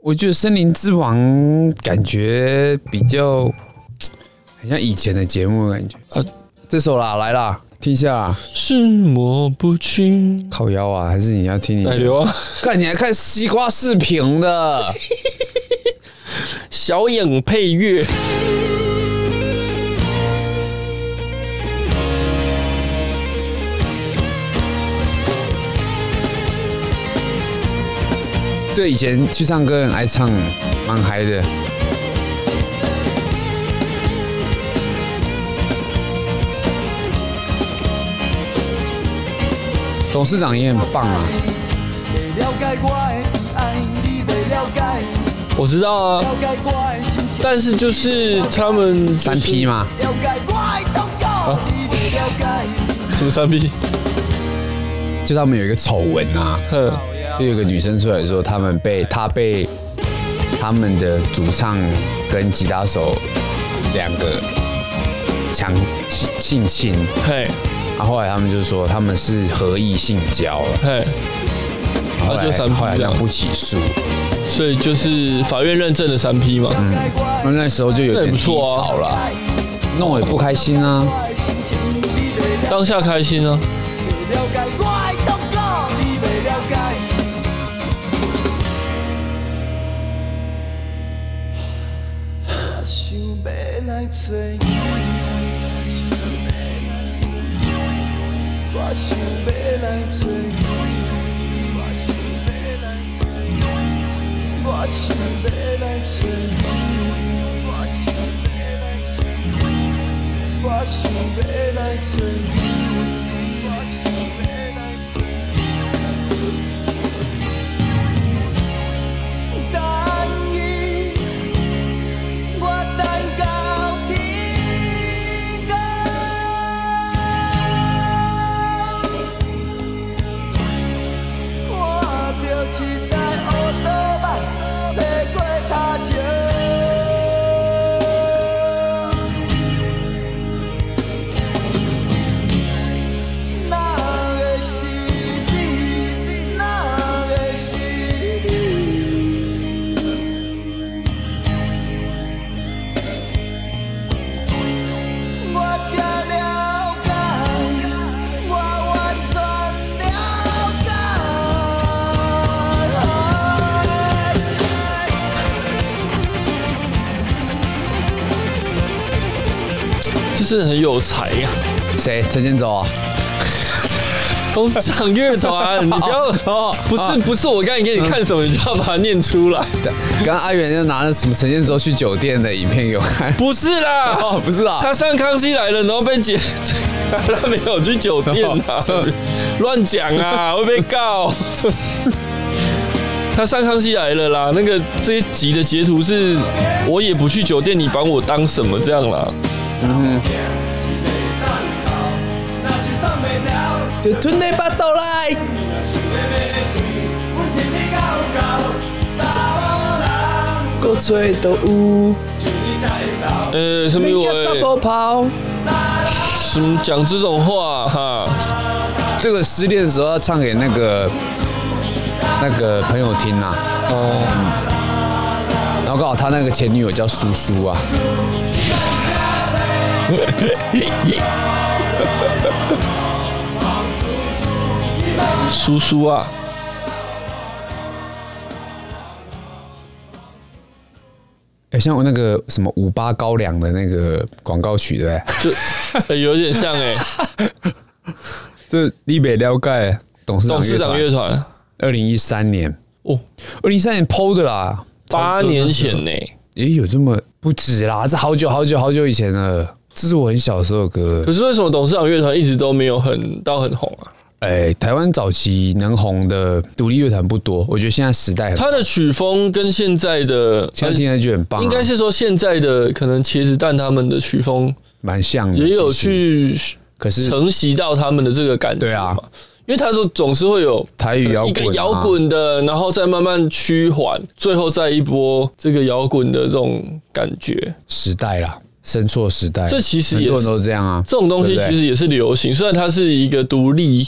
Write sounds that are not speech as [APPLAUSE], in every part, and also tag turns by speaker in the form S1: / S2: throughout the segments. S1: 我觉得《森林之王》感觉比较，很像以前的节目的感觉。呃，这首啦，来啦，听一下啦。
S2: 是抹不去。
S1: 靠腰啊，还是你要听你？
S2: 奶牛啊，
S1: 干，你还看西瓜视频的？
S2: [LAUGHS]
S1: [LAUGHS]
S2: 小影配乐，
S1: 这以前去唱歌很爱唱，蛮嗨的。董事长也很棒啊，
S3: 袂了解我的爱，你袂了解，
S2: 我知道啊，
S3: 了解我的心情，
S2: 但是就是他们就是
S1: 三 P 嘛，
S3: 了解我的痛苦，你袂了解。
S2: 什么三 P？ [LAUGHS]
S1: 就他们有一个丑闻啊，
S2: 哼，
S1: 就有个女生出来说，他们被她被他们的主唱跟吉他手两个强性侵，
S2: 嘿，
S1: 啊，后来他们就说他们是合意性交了，
S2: 嘿，
S1: [LAUGHS] 后
S2: 啊
S1: 来
S2: 就三 P
S1: 后来
S2: 这
S1: 想
S2: 样
S1: 不起诉，
S2: 所以就是法院认证的三 P
S1: 嗯
S2: 嘛。
S1: 那那时候就有
S2: 那也
S1: 点
S2: 不错啊
S1: 低潮啦，弄得也不开心啊，
S2: 当下开心啊，
S3: 一台乌多马，爬过塔桥。哪会是你？哪会是你？我才了解，我完全了解。
S2: 这真的很有才啊呀、
S1: 谁陈建州啊？
S2: 董事长
S1: [LAUGHS]
S2: 乐团，你不要
S1: 哦
S2: 不是不是，我刚才给你看什么，你就要把它念出来。
S1: 刚刚阿元就拿了什么陈建州去酒店的影片给我看，
S2: 不是啦，
S1: 哦，不是啊，
S2: 他上康熙来了，然后被解， [LAUGHS] 他没有去酒店 [LAUGHS] 啊，乱讲啊，会被告。 [LAUGHS] 他上康熙来了啦，那个这一集的截图是，我也不去酒店，你把我当什么这样啦？
S1: 嗯就吞内巴豆来。
S4: 够吹都有，
S2: 呃，什么
S4: 你
S2: 我
S4: 个沙
S2: 欸
S4: 包跑，
S2: 什么讲这种话啊哈？
S1: 这个失恋的时候要唱给那个那个朋友听啊。哦。然后刚好他那个前女友叫苏苏啊，
S2: 叔叔啊，
S1: 哎，像那个什么五八高粱的那个广告曲对不
S2: 就、呃有点像 [LAUGHS] 哎、
S1: 对？这立北了解董事长
S2: 董事长乐团
S1: 二零一三年，
S2: 哦，
S1: 二零一三年 PO 的啦，
S2: 八年前欸呢、
S1: 也有这么不止啦，这好久好久好久以前了。这是我很小的时候的歌
S2: 可，是为什么董事长乐团一直都没有很到很红啊？
S1: 哎，台湾早期能红的独立乐团不多，我觉得现在时代很，
S2: 他的曲风跟现在的，
S1: 现在听来觉得很棒啊，
S2: 应该是说现在的可能茄子蛋他们的曲风
S1: 蛮像的，
S2: 也有
S1: 其实
S2: 去
S1: 可是
S2: 承袭到他们的这个感觉
S1: 对啊
S2: 嘛，因为他说总是会有
S1: 台语摇
S2: 一
S1: 滚、啊
S2: 个摇，滚的，然后再慢慢趋缓，最后再一波这个摇滚的这种感觉。
S1: 时代啦，生错时代，
S2: 这其实
S1: 很
S2: 也
S1: 多
S2: 是
S1: 人都这样啊。
S2: 这种东
S1: 对
S2: 西
S1: 不对嗯
S2: 其实也是流行，虽然它是一个独立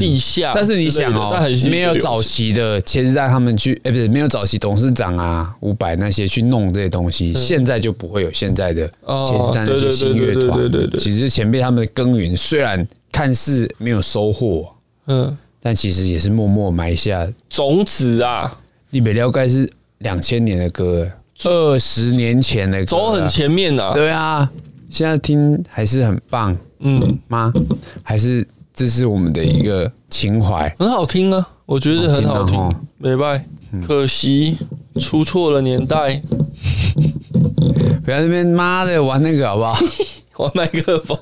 S2: 地下之类的。
S1: 但是你想哦
S2: 但很稀，
S1: 没有
S2: 有
S1: 早期的茄子蛋他们去，哎、不是没有早期董事长啊、伍佰那些去弄这些东西，现在就不会有现在的
S2: 嗯哦
S1: 茄子蛋那些新乐团。
S2: 对对对对对对对
S1: 其实前辈他们的耕耘虽然看似没有收获，
S2: 嗯
S1: 但其实也是默默埋下。
S2: 种子啊，
S1: 你北了解是两千年的歌，二十年前的歌，
S2: 走很。前面啊。
S1: 对啊，现在听还是很棒
S2: 嗯，
S1: 吗？还是这是我们的一个情怀。
S2: 很好听啊，我觉得很好
S1: 好
S2: 听
S1: 听啊，
S2: 没拜。可惜出错了年代， [LAUGHS]
S1: 不要那边妈的玩那个好不
S2: [LAUGHS]
S1: 好？
S2: 玩麦克风。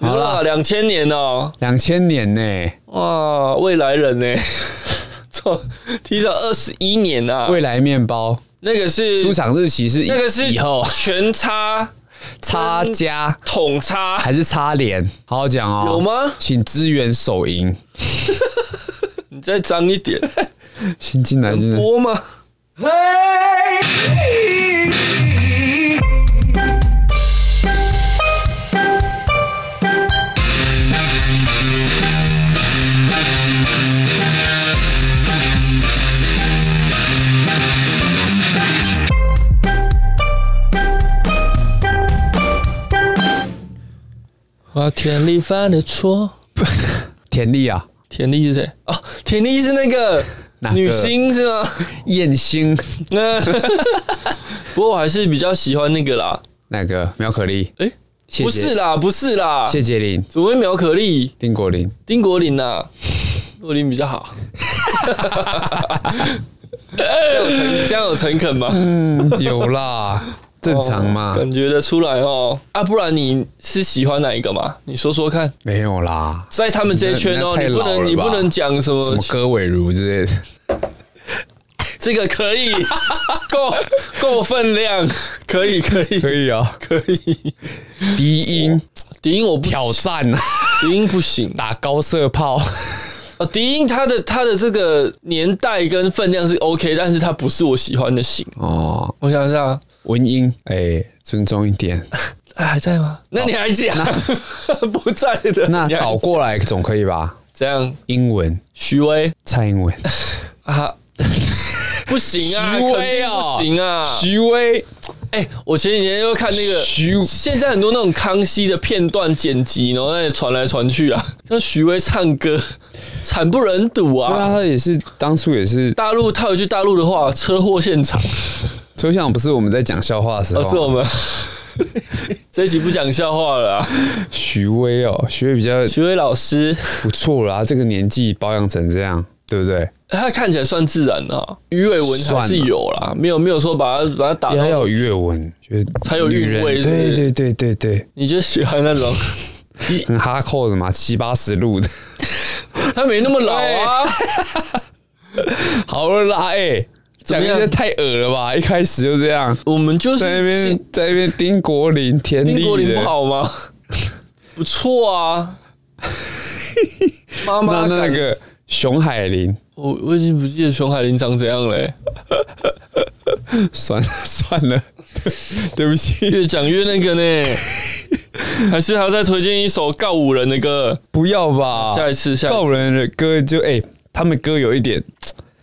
S1: 好
S2: 好
S1: 啦
S2: 了，两千年哦、
S1: 两千年呢、
S2: 哇，未来人呢、 [LAUGHS] 错，提早二十一年啊！
S1: 未来面包
S2: 那个是
S1: 出厂日期是以
S2: 那个是
S1: 以后
S2: 全差
S1: 叉加
S2: 统差
S1: 还是叉连？好 [LAUGHS] 好讲哦。
S2: 有？吗？
S1: 请支援手淫。
S2: 你再脏一点，
S1: 新进来真的
S2: 播吗？啊，田力犯的错。
S1: 田丽啊，
S2: 田丽是谁？哦，田丽是那个
S1: 哪个
S2: 女星是吗？
S1: 燕星
S2: 那 [LAUGHS] 不过我还是比较喜欢那个啦。
S1: 那个苗可丽，
S2: 哎、
S1: 谢
S2: 不
S1: 谢
S2: 是啦，不是啦，
S1: 谢杰林、
S2: 怎么会苗可丽、
S1: 丁国林，
S2: 丁国林呐、 [LAUGHS] 若林比较好。 [LAUGHS] 这样有诚这样有诚恳吗？
S1: 有
S2: [LAUGHS] 哦
S1: 啦，正常嘛？
S2: 感觉得出来哦。啊，不然你是喜欢哪一个嘛？你说说看，
S1: 没有啦，
S2: 在他们这一圈哦，
S1: 那
S2: 你
S1: 那太
S2: 不
S1: 老了吧
S2: 能你不能讲什
S1: 什
S2: 么
S1: 么歌伟如之类的，
S2: 这个可以 [LAUGHS] 够够分量，可以可以
S1: 可以啊。
S2: 可以。
S1: 低音
S2: 迪英我不
S1: 挑战啊，
S2: 迪英不行
S1: 打高射炮，
S2: 啊，迪英他的他的这个年代跟分量是 OK，但是他不是我喜欢的型。
S1: 哦，
S2: 我想一下啊，
S1: 文英，哎、尊重一点。
S2: 哎还在吗？那你还讲不在的？
S1: [LAUGHS] 那
S2: 你还
S1: 倒过来总可以吧？
S2: 这样，
S1: 英文，
S2: 徐威
S1: 蔡英文， [LAUGHS]
S2: 啊，不行啊，
S1: 徐威哦
S2: 肯定不行啊。
S1: 徐威，
S2: 哎、我前几天又看那个
S1: 徐
S2: 现在很多那种康熙的片段剪辑，然后那里传来传去啊，像徐威唱歌惨不忍睹
S1: 对啊，
S2: 啊。
S1: 他也是当初也是，
S2: 大陆套一句大陆的话，车祸现场。
S1: 就像不是我们在讲笑话的时候，
S2: 哦，是我们 [LAUGHS] 这一集不讲笑话了啊，
S1: 徐威哦，徐威比较
S2: 徐威老师，
S1: 不错啦，这个年纪保养成这样，对不对？
S2: 他看起来算自然的、啊，鱼尾纹还是有
S1: 啊
S2: 啦，没有没有说把他把他打
S1: 要
S2: 到。
S1: 有阅文，觉得
S2: 才有韵
S1: 女人
S2: 味是不
S1: 对
S2: 是
S1: 对对对对，
S2: 你就喜欢那
S1: [LAUGHS]
S2: 种，
S1: 很哈扣的嘛，七八十路的，
S2: 他没那么老啊，
S1: 好了啦，哎、
S2: 怎
S1: 讲
S2: 么
S1: 一
S2: 样
S1: 些太恶了吧，一开始就这样，
S2: 我们就是
S1: 在那边在那边丁国林、田丽
S2: 丁国林
S1: 的
S2: 不，好吗？不错啊，
S1: [LAUGHS]
S2: 妈
S1: 那
S2: 妈
S1: 那
S2: 感，
S1: 个熊海林。
S2: 我我已经不记得熊海林长怎样了欸、
S1: 算了 [LAUGHS] 算
S2: [LAUGHS]
S1: 了，对不起，
S2: 越讲越那个呢。
S1: [LAUGHS]
S2: 还是他再推荐一首告五人的歌，
S1: 不要吧。
S2: 下一次下一次
S1: 告人的歌就哎、他们歌有一点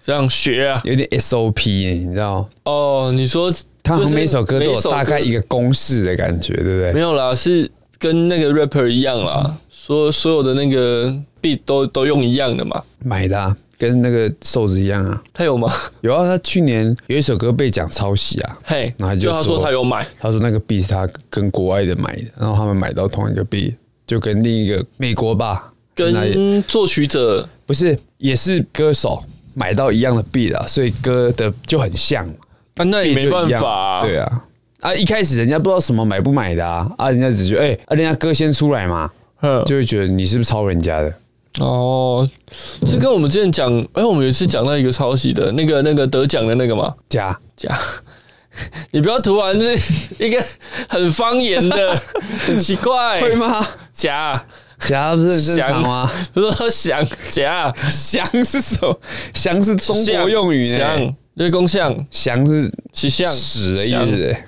S2: 这样学啊。
S1: 有一点 SOP，耶你知道，
S2: 哦，你说
S1: 他好
S2: 就
S1: 像
S2: 是
S1: 每首歌都
S2: 每
S1: 有
S2: 首
S1: 大概一个公式的感觉，对不对
S2: 没？有啦，是跟那个 rapper 一样啦，所所有的那个 beat 都都用一样的嘛？
S1: 买的、啊、跟那个瘦子一样啊。
S2: 他
S1: [LAUGHS]
S2: 有吗？
S1: 有啊，他去年有一首歌被讲抄袭啊，
S2: 嘿
S1: 然后，就
S2: 就他说
S1: 说
S2: 他有买，
S1: 他说那个币是他跟国外的买的，然后他们买到同一个币，就跟另一个美国吧，哪里
S2: 跟作曲者
S1: 不是也是歌手买到一样的币啦，所以歌的就很像嘛。
S2: 啊，那也没办
S1: 就一样
S2: 法啊、
S1: 对啊，啊，一开始人家不知道什么买不买的啊，啊，人家只觉得哎、啊，人家歌先出来嘛，
S2: 嗯，
S1: 就会觉得你是不是抄人家的？
S2: 哦，是跟我们之前讲，哎、我们有一次讲到一个抄袭的那个那个得奖的那个嘛，
S1: 假
S2: 讲。 [LAUGHS] 你不要突然是一个很方
S1: [LAUGHS]
S2: 言的，很奇怪。
S1: 会？吗？
S2: 假，
S1: 假不是很正常吗？
S2: 不是说想假，
S1: 翔是什么？翔是中国用语呢。
S2: 想，月公像，
S1: 翔是
S2: 是像
S1: 屎的意思。欸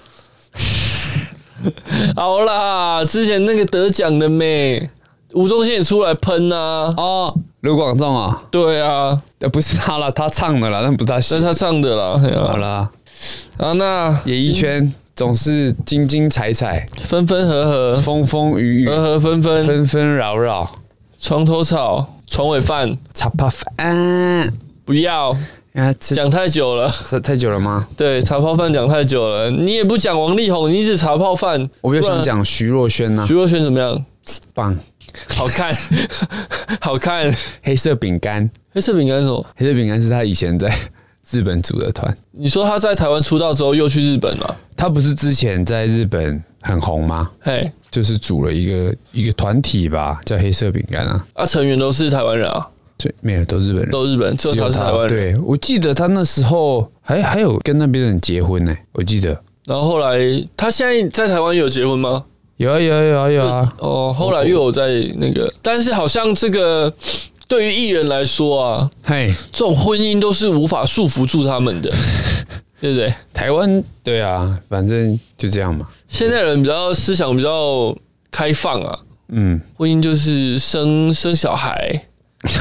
S2: 好啦，之前那个得奖的妹，吴宗宪也出来喷啊，
S1: 哦，卢广仲啊，
S2: 对啊，
S1: 呃，不是他了，他唱的了，但不是他写
S2: 但是
S1: 的。
S2: 他唱的啦，嘿
S1: 好
S2: 啊
S1: 啦，
S2: 啊，那
S1: 演艺圈总是金金彩彩，
S2: 分分合合，
S1: 风风雨雨，
S2: 合合分分，
S1: 纷纷扰扰，
S2: 床头草，床尾饭，
S1: 插泡饭。
S2: 不要
S1: 啊，吃
S2: 讲太久了，
S1: 太太久了吗？
S2: 对，茶泡饭讲太久了，你也不讲王力宏，你一直茶泡饭，
S1: 我比较
S2: 不然
S1: 想讲徐若瑄呐、
S2: 徐若瑄怎么样？
S1: 棒，
S2: 好看， [LAUGHS] 好看，
S1: 黑色饼干，
S2: 黑色饼干是什么？
S1: 黑色饼干是他以前在 [LAUGHS] 日本组的团，
S2: 你说他在台湾出道之后又去日本了？
S1: 他不是之前在日本很红吗？
S2: 嘿，
S1: 就是组了一个一个团体吧，叫黑色饼干啊，
S2: 啊，成员都是台湾人啊，
S1: 对，没有都日本人，
S2: 都日本，只有他是台湾人。
S1: 对，我记得他那时候还还有跟那边的人结婚呢、我记得
S2: 然后后来他现在在台湾有结婚吗？
S1: 有啊有啊有啊有啊，
S2: 哦，后来又有在那个，但是好像这个对于艺人来说啊，
S1: 嘿，
S2: 这种婚姻都是无法束缚住他 [LAUGHS] 们的，对不对？
S1: 台湾对啊，反正就这样嘛，
S2: 现在人比较思想比较开放啊，
S1: 嗯，
S2: 婚姻就是生生小 [LAUGHS] 孩、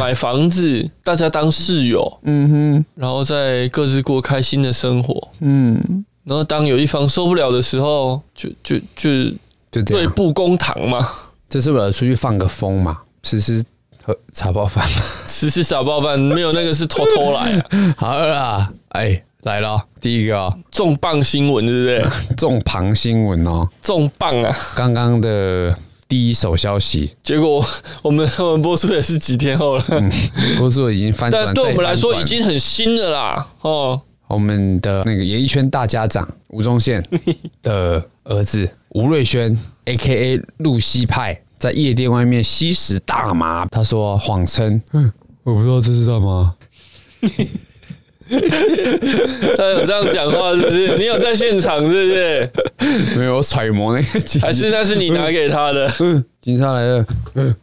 S2: 买房子，大家当室友，嗯哼，然后再各自过开心的生活，嗯。然后当有一方受不了的时候，就就就
S1: 就这
S2: 对
S1: 样，
S2: 簿公堂嘛， [LAUGHS]
S1: 这是为了出去放个风嘛，吃吃喝茶包饭，
S2: 实施小报饭没有那个是偷偷来、
S1: [LAUGHS]
S2: 啊，
S1: 好饿啦，哎，来了，第一个、哦、
S2: 重磅新闻对不对？
S1: 重磅新闻哦，
S2: 重磅啊！
S1: 刚刚的第一手消息，
S2: 结果我们我们播出也是几天后了，
S1: 不是我已经翻嗯转，
S2: 但对我
S1: 再
S2: 们来
S1: 翻
S2: 说
S1: 转
S2: 已经很新的啦。哦，
S1: 我们的那个演艺圈大家长吴宗
S2: [LAUGHS]
S1: 宪的儿子吴瑞轩 （A K A 露西派）在夜店外面吸食大麻，他说谎称，嗯，我不知道这是大麻，
S2: 他有这样讲话是不是？你有在现场是不是？
S1: 没有我揣摩那个警
S2: 还是那是你拿给他的？
S1: 警察来
S2: [LAUGHS]
S1: 了，嗯，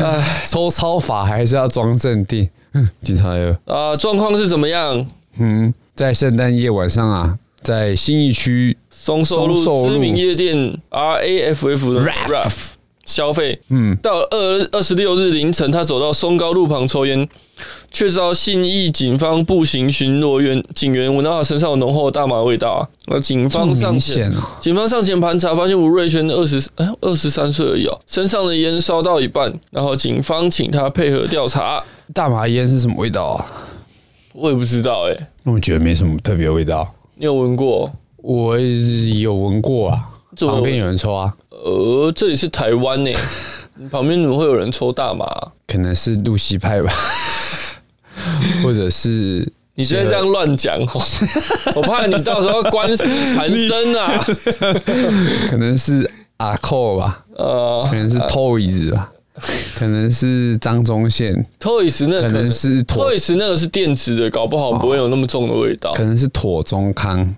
S1: 哎，抽超法还是要装镇定，嗯，警察来了。
S2: 啊，状况是怎么样？
S1: 嗯，在圣诞夜晚上啊，在新义区
S2: 松寿
S1: 松寿
S2: 路
S1: 路
S2: 知名夜店 R A F F 的
S1: Raff
S2: Raff 消费，嗯，到二二十六日凌晨，他走到松高路旁抽烟，却遭信义警方步行巡逻员警员闻到他身上有浓厚的大麻味道啊！而警
S1: 这么
S2: 方上
S1: 明
S2: 前
S1: 显，哦，
S2: 警方上前盘查，发现吴瑞轩二十哎二十三岁而已哦，身上的烟烧到一半，然后警方请他配合调查。
S1: 大麻烟是什么味道啊？
S2: 我也不知道哎、
S1: 我觉得没什么特别味道。
S2: 你有闻过？
S1: 我有闻过啊，
S2: 这我
S1: 旁边有人抽啊，
S2: 呃，这里是台湾呢、你旁边怎么会有人抽大麻啊、
S1: 可能是露西派吧， [LAUGHS] 或者是
S2: 你现在这样乱讲哦，
S1: [LAUGHS]
S2: 我怕你到时候官司缠身啊。
S1: 可能是阿寇吧，
S2: 呃
S1: 可能是 Toys 吧，可能是张宗宪，
S2: ，Toys 那个
S1: 可能是妥，
S2: Toys 那个是电子的，搞不好不会有那么重的味道
S1: 可。能是妥中康，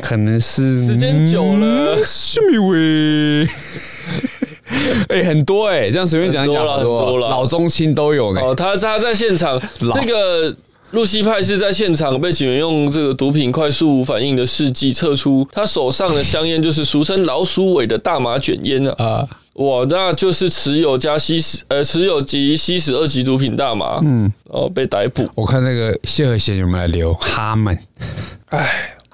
S1: 可能是
S2: 时间久了
S1: 嗯是米味。 [LAUGHS] 哎，很多哎，这样随便讲一讲，
S2: 很多啦
S1: 好
S2: 很多啦
S1: 老中青都有呢。
S2: 哦，他他在现场，
S1: 老
S2: 这个露西派是在现场被警员用这个毒品快速反应的试剂测出，他手上的香烟就是俗称老鼠尾的大麻卷烟啊。
S1: 啊，
S2: 哇，那就是持有加吸食，呃，持有及吸食二级毒品大麻，嗯，哦，被逮捕。
S1: 我看那个谢和弦有没有来留哈们，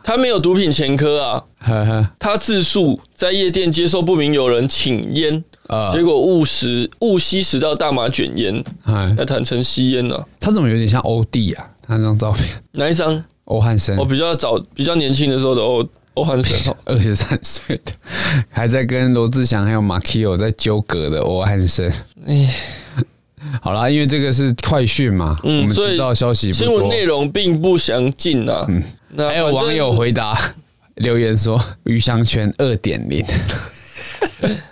S2: 他没有毒品前科啊，
S1: 呵呵，
S2: 他自述在夜店接受不明有人请烟，
S1: 啊
S2: 结果误食误吸食到大麻卷烟，
S1: 哎
S2: 他坦诚吸烟了、啊
S1: 他怎么有点像欧弟啊？他那张照片，
S2: 哪一张？
S1: 欧汉生
S2: 我，比较早、比较年轻的时候的欧欧
S1: [LAUGHS]
S2: 汉生哦，
S1: 二十三岁的，还在跟罗志祥还有马 k i o 在纠葛的欧汉生。
S2: 哎
S1: 好啦，因为这个是快讯嘛，
S2: 嗯
S1: 我们
S2: 所以
S1: 知道消息不
S2: 新闻
S1: 多。嗯
S2: 内容并不详尽啊。那
S1: 还有
S2: 反正
S1: 网友，回答留言说：“鱼香圈二点零，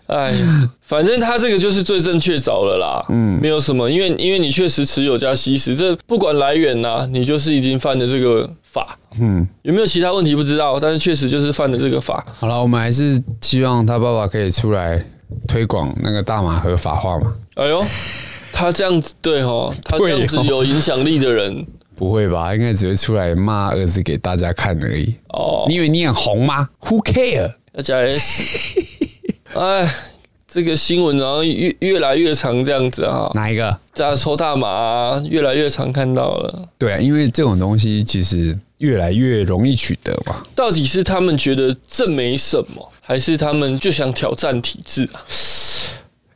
S2: 哎，反正他这个就是最正确找了啦。嗯，没有什么，因为因为你确实持有加吸食，这不管来源呐、你就是已经犯了这个法。嗯，有没有其他问题不知道，但是确实就是犯了这个法。
S1: 好了，我们还是希望他爸爸可以出来推广那个大麻合法化嘛。[LAUGHS]
S2: 哎呦，他这样子对哦，他这
S1: 对哦
S2: 样子有影响力的人
S1: 不会吧？应该只会出来骂儿子给大家看而已。
S2: 哦，
S1: 你以为你很红吗？Who care？ [LAUGHS]
S2: 要加 S。哎，这个新闻然后越越来越常这样子啊，
S1: 哪一个？
S2: 大家抽大麻、啊、越来越常看到了。
S1: 对啊，因为这种东西其实越来越容易取得嘛。
S2: 到底是他们觉得这没什么，还是他们就想挑战体制啊？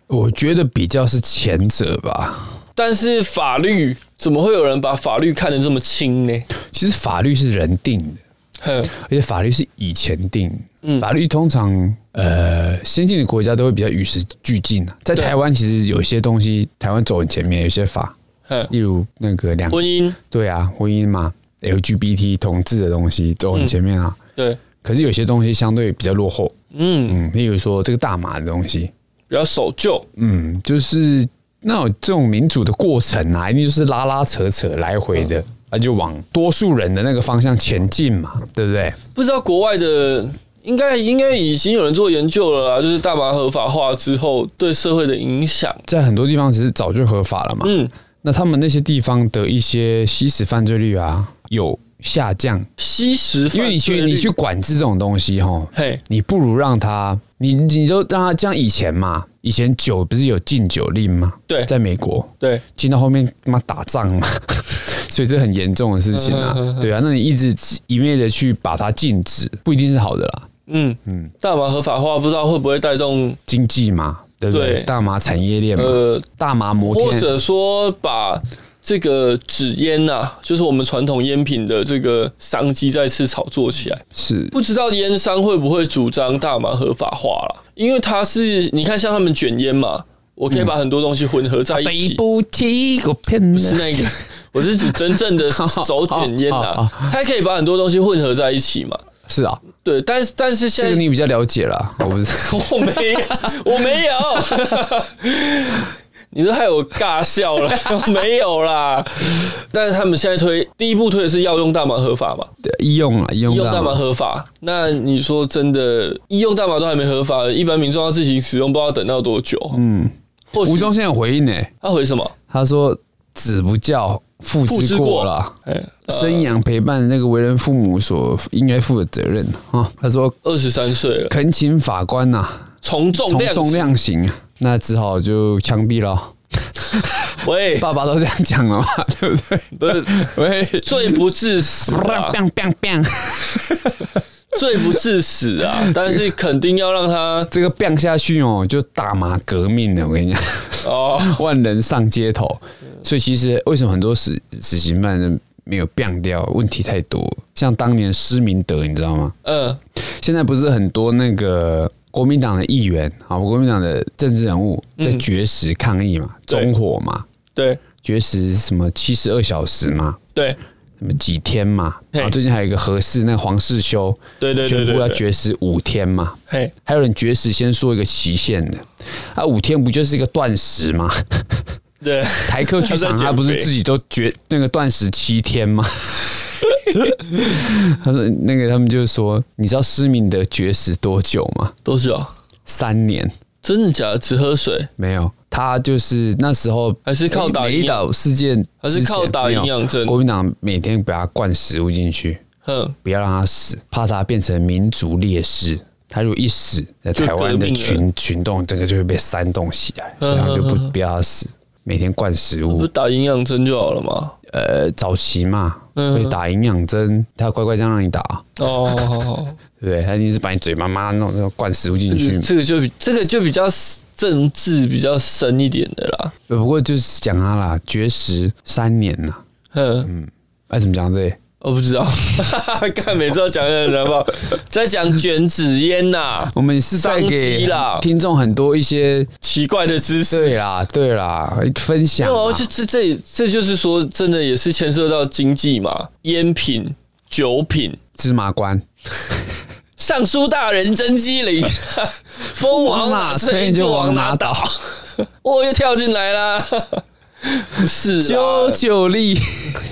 S1: 我觉得比较是前者吧。
S2: 但是法律怎么会有人把法律看得这么轻呢？
S1: 其实法律是人定的，
S2: 哼，
S1: 而且法律是以前定的。
S2: 嗯
S1: 法律通常呃，先进的国家都会比较与时俱进啊。在
S2: 对
S1: 台湾，其实有些东西台湾走很前面，有些法，
S2: 哼
S1: 例如那个两
S2: 婚姻
S1: 对啊，婚姻嘛，LGBT 同志的东西
S2: 嗯
S1: 走很前面啊。
S2: 对，
S1: 可是有些东西相对比较落后，嗯，
S2: 嗯，
S1: 例如说这个大麻的东西，
S2: 比较守旧，
S1: 嗯，就是那种这种民主的过程啊，一定就是拉拉扯扯来回
S2: 嗯
S1: 的，那、就往多数人的那个方向前进嘛，对不对？
S2: 不知道国外的应该应该已经有人做研究了啦，就是大麻合法化之后对社会的影响。
S1: 在很多地方其实早就合法了嘛，
S2: 嗯，
S1: 那他们那些地方的一些吸食犯罪率啊有下降，
S2: 吸食犯
S1: 因
S2: 罪率，
S1: 为你去你去管制这种东西吼，
S2: 嘿，
S1: 你不如让他，你你就让他像以前嘛，以前酒不是有禁酒令吗？
S2: 对
S1: 在美国
S2: 对，
S1: 禁到后面他妈打仗嘛， [LAUGHS] 所以这很严重的事情
S2: 嗯
S1: 啊，对啊，那你一直一昧的去把它禁止，不一定是好的啦，
S2: 嗯嗯，大麻合法化不知道会不会带动
S1: 经济嘛，对不对？
S2: 对
S1: 大麻产业链嘛，
S2: 呃，
S1: 大麻摩
S2: 或
S1: 天，
S2: 者说把这个纸烟呐、啊，就是我们传统烟品的这个商机再次炒作起来。
S1: 是
S2: 不知道烟商会不会主张大麻合法化啦？因为它是你看，像他们卷烟嘛，我
S1: 嗯
S2: 可以把很多东西混合在一
S1: 啊
S2: 起。
S1: 不起，我骗人
S2: 不是那个， [LAUGHS] 我是指真正的手卷
S1: [LAUGHS]
S2: 烟
S1: 好好
S2: 啊，它可以把很多东西混合在一起嘛。
S1: 是啊，
S2: 对，但是但是
S1: 这
S2: 现
S1: 个
S2: 在
S1: 你比较了解啦，我不是 [LAUGHS]
S2: [LAUGHS] 我没有，我没有， [LAUGHS] 你都害我尬笑了， [LAUGHS] 没有啦。但是他们现在推第一步推的是药用大麻合法嘛，
S1: 医用啊，医用
S2: 医用大
S1: 大
S2: 麻
S1: 麻，
S2: 合法。那你说真的，医用大麻都还没合法，一般民众要自行使用，不知道等到多久。嗯，或许
S1: 吴宗宪有回应呢、
S2: 他回什么？
S1: 他说子不教，父
S2: 父之
S1: 之
S2: 过
S1: 过啦。
S2: 哎，
S1: 生养陪伴那个为人父母所应该负的责任啊。他说
S2: 二十三岁了，
S1: 恳请法官呐、
S2: 从重
S1: 从
S2: 哦量
S1: 重量刑啊，那只好就枪毙
S2: [LAUGHS]
S1: 了。
S2: 喂，
S1: 爸爸都这样讲
S2: [LAUGHS]
S1: 了嘛，对不对？
S2: 不是
S1: 喂。
S2: 罪不至死
S1: [LAUGHS]
S2: 啊，
S1: bang bang
S2: [LAUGHS]
S1: bang，
S2: 罪不至死 [LAUGHS] 啊，但是肯定要让他
S1: 这个 bang 下去哦，就大麻革命了。我跟你
S2: [LAUGHS]
S1: 讲，
S2: 哦。
S1: 万人上街头。所以其实为什么很多死死刑犯人没有 bang 掉？问题太多了。像当年施明德，你知道吗？
S2: 嗯，
S1: 现在不是很多那个国民党的议员啊，国民党的政治人物在绝食抗议嘛，
S2: 嗯对
S1: 中火嘛，
S2: 对
S1: 绝食什么七十二小时嘛，
S2: 对
S1: 什么几天嘛，
S2: 嘿
S1: 然后最近还有一个何氏那个黄世修，
S2: 对对对
S1: 宣
S2: 对
S1: 布要
S2: 对
S1: 绝食五天嘛，
S2: 嘿，
S1: 还有人绝食先说一个期限的，啊，五天不就是一个断食
S2: [LAUGHS]
S1: 吗？
S2: 对，
S1: 台客剧场
S2: 他在减肥
S1: 他不是自己都绝那个断食七天吗？ [LAUGHS] 他说那个他们就说，你知道施明德绝食多久吗？
S2: 多久？啊
S1: 三年。
S2: 真的假的？只喝水
S1: 没有，他就是那时候
S2: 还是靠打
S1: 梅
S2: 营养
S1: 岛事件之前，
S2: 还是靠打
S1: 没有
S2: 营养针
S1: 国民党每天给他灌食物进去，
S2: 哼，
S1: 不要让他死，怕他变成民族烈士。他如果一死，在
S2: 就
S1: 台湾
S2: 革
S1: 的
S2: 命了嗯
S1: 群群众整个就会被煽动起来，所以他就不不要他死，每天灌食
S2: 不
S1: 物
S2: 是。打营养针就好了吗？
S1: 呃，早期嘛，
S2: 嗯
S1: 会打营养针，他乖乖这样让你打，
S2: 哦，好好好
S1: 对不对？他一定是把你嘴巴妈弄弄灌食物进去嘛。
S2: 这个就比这个就比较政治比较深一点的啦。
S1: 呃不过就是讲他啦，绝食三年呐，
S2: 哼，
S1: 哎，怎么讲这？
S2: 我不知道， [LAUGHS] 看每次都讲的人吧，在讲卷纸烟呐，
S1: 我们是带给
S2: 商机啦
S1: 听众很多一些
S2: 奇怪的知识。
S1: 对啦，对啦，分享
S2: 没有啊，
S1: 啦。
S2: 就这这这就是说，真的也是牵涉到经济嘛，烟品、酒品，
S1: 芝麻官，
S2: 尚书大人真机灵，啊风往
S1: 啊
S2: 哪吹就往哪倒。我又跳进来啦， [LAUGHS] 不是
S1: 九九力，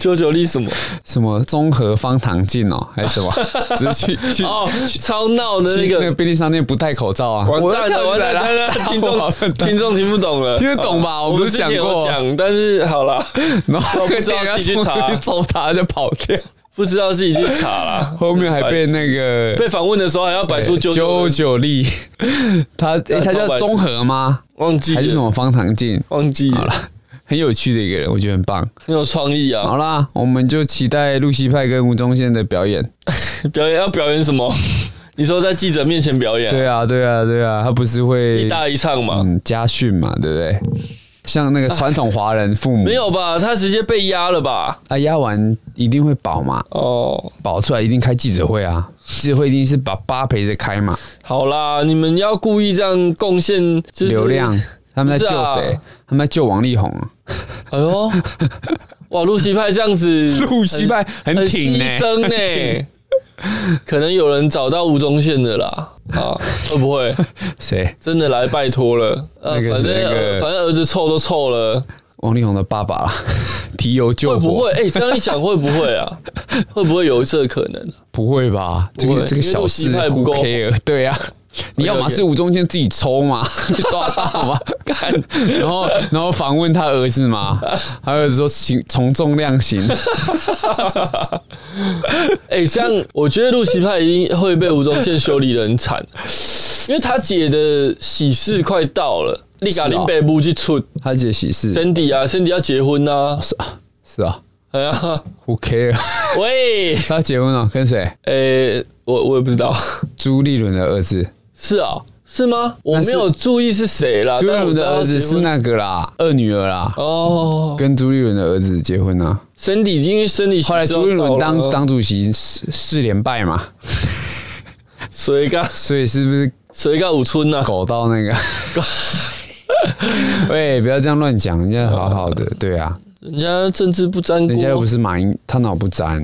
S2: 九九力什么？
S1: 什么综合方糖镜哦，还是什
S2: [LAUGHS]
S1: 么？就是去去
S2: 哦，超闹的那
S1: 去那个
S2: 个，
S1: 便利商店不戴口罩啊！我
S2: 完蛋了，完蛋了
S1: [LAUGHS]
S2: 完蛋了，听众听众听不懂了，
S1: 听得懂吧
S2: 好
S1: 我
S2: 我
S1: 不是
S2: 们之前
S1: 讲过
S2: 有讲，但是好啦，
S1: 然后
S2: 我不知道
S1: 店员
S2: 自己去
S1: 冲出
S2: 查
S1: 去揍他就跑掉。
S2: 不知道自己去
S1: [LAUGHS]
S2: 查啦。
S1: 后面还被那个
S2: [LAUGHS] 被访问的时候还要摆出九
S1: 九九力，
S2: [LAUGHS]
S1: 他诶，他叫综合吗？
S2: 忘记了
S1: 还是什么方唐镜？
S2: 忘记
S1: 好
S2: 了，
S1: 了，很有趣的一个人，我觉得很棒。
S2: 很有创意啊！
S1: 好啦，我们就期待露西派跟吴宗宪的表演。
S2: 表演要表演什么？ [LAUGHS] 你说在记者面前表演，
S1: 对啊，对啊，对啊，他不是会
S2: 一大一唱嘛？
S1: 嗯家训嘛，对不对？像那个传统华人父母
S2: 没有吧？他直接被压了吧？
S1: 啊，压完一定会保嘛，
S2: 哦，
S1: 保出来一定开记者会啊，记者会一定是把爸陪着开嘛，
S2: 好啦，你们要故意这样贡献、就是、
S1: 流量。他们在救
S2: 不是
S1: 谁
S2: 啊？
S1: 他们在救王力宏啊。[LAUGHS]
S2: 哎呦，哇，露西派这样子很，
S1: 露西派很挺呢
S2: 牺牲呢、
S1: [LAUGHS]
S2: 可能有人找到吴宗宪的啦，啊，会不会
S1: 谁？
S2: 真的来拜托了？
S1: 那
S2: 呃、
S1: 个
S2: 反
S1: 是
S2: 正、
S1: 那个
S2: 反正儿子臭都臭了，
S1: 王力宏的爸爸啦， [LAUGHS] 提油救
S2: 会
S1: 火？
S2: 不会？哎、这样一讲会不会啊？会不会有这可能？
S1: 不会吧？这
S2: 会
S1: 个这个
S2: 因为
S1: 小
S2: 露西
S1: 事
S2: 派
S1: who
S2: 不够
S1: care？对啊，你要么
S2: OK，OK
S1: 是吴宗宪自己抽嘛，
S2: [LAUGHS]
S1: 抓到嘛，干，然后然后访问他儿子嘛，他儿子说请从重量刑，
S2: 哎、这样我觉得露西派一定会被吴宗宪修理的很惨，因为他姐的喜事快到了，立
S1: 哦
S2: 嘎林北部去出
S1: 他姐喜事
S2: Sandy 啊，Sandy 要结婚呐、啊，
S1: 是啊是啊
S2: 哎呀，
S1: ，who care？ [LAUGHS]
S2: 喂，
S1: 他结婚了，跟谁？
S2: 哎、我我也不知道，
S1: 朱立伦的儿子，
S2: 是啊，是吗？我
S1: 那是
S2: 没有注意是谁啦，
S1: 朱立
S2: 但我
S1: 伦
S2: 知
S1: 的
S2: 道
S1: 儿子是那个啦，二女儿啦，
S2: 哦
S1: 跟朱立伦的儿子结婚啊。
S2: ，Sandy 因为 Sandy
S1: 后来朱立伦当
S2: 当，
S1: 当主席四四连败嘛，
S2: 所以个
S1: 所以是不是
S2: 所以个五村呐、啊，
S1: 狗到那个？ [LAUGHS] 喂，不要这样乱讲，人家好好的，对啊，
S2: 人家政治不沾锅，
S1: 人家又不是马英，他脑不沾，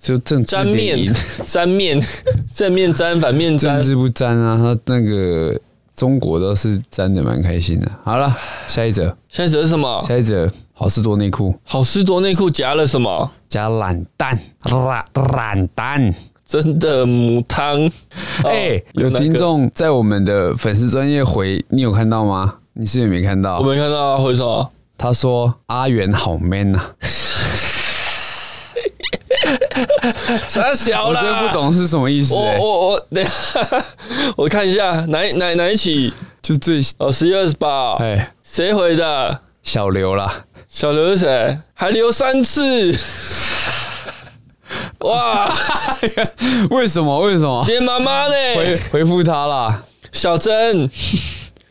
S1: 就政治
S2: 沾
S1: 联
S2: 面
S1: 姻
S2: 沾面 [LAUGHS] 正面沾反面沾
S1: 政，治不沾啊，他那个中国倒是沾的蛮开心的。好了，下一则，
S2: 现在指的是什么？
S1: 下一则，好事多内裤
S2: 好事多内裤夹了什么？
S1: 加懒蛋，懒懒蛋。
S2: 真的母汤？
S1: 哎、有
S2: 哦那个
S1: 听众在我们的粉丝专业回，你有看到吗？你是不是也没看到
S2: 我？没看到啊，
S1: [LAUGHS]
S2: 回手
S1: 他说阿元好 man 啊，
S2: 傻小
S1: 我
S2: 啦，
S1: 真不。懂是什么意思、
S2: 我
S1: 欸。
S2: 我我等一下， [LAUGHS] 我看一下哪一哪一哪一起
S1: 就最
S2: 哦，十月二十八，
S1: 哎、
S2: 谁回的？
S1: 小刘啦，
S2: 小刘是谁？还留三次， [LAUGHS]
S1: [LAUGHS]
S2: 哇！
S1: 为什么为什么
S2: 接妈妈
S1: 回
S2: 呢？
S1: 回复他啦？
S2: 小珍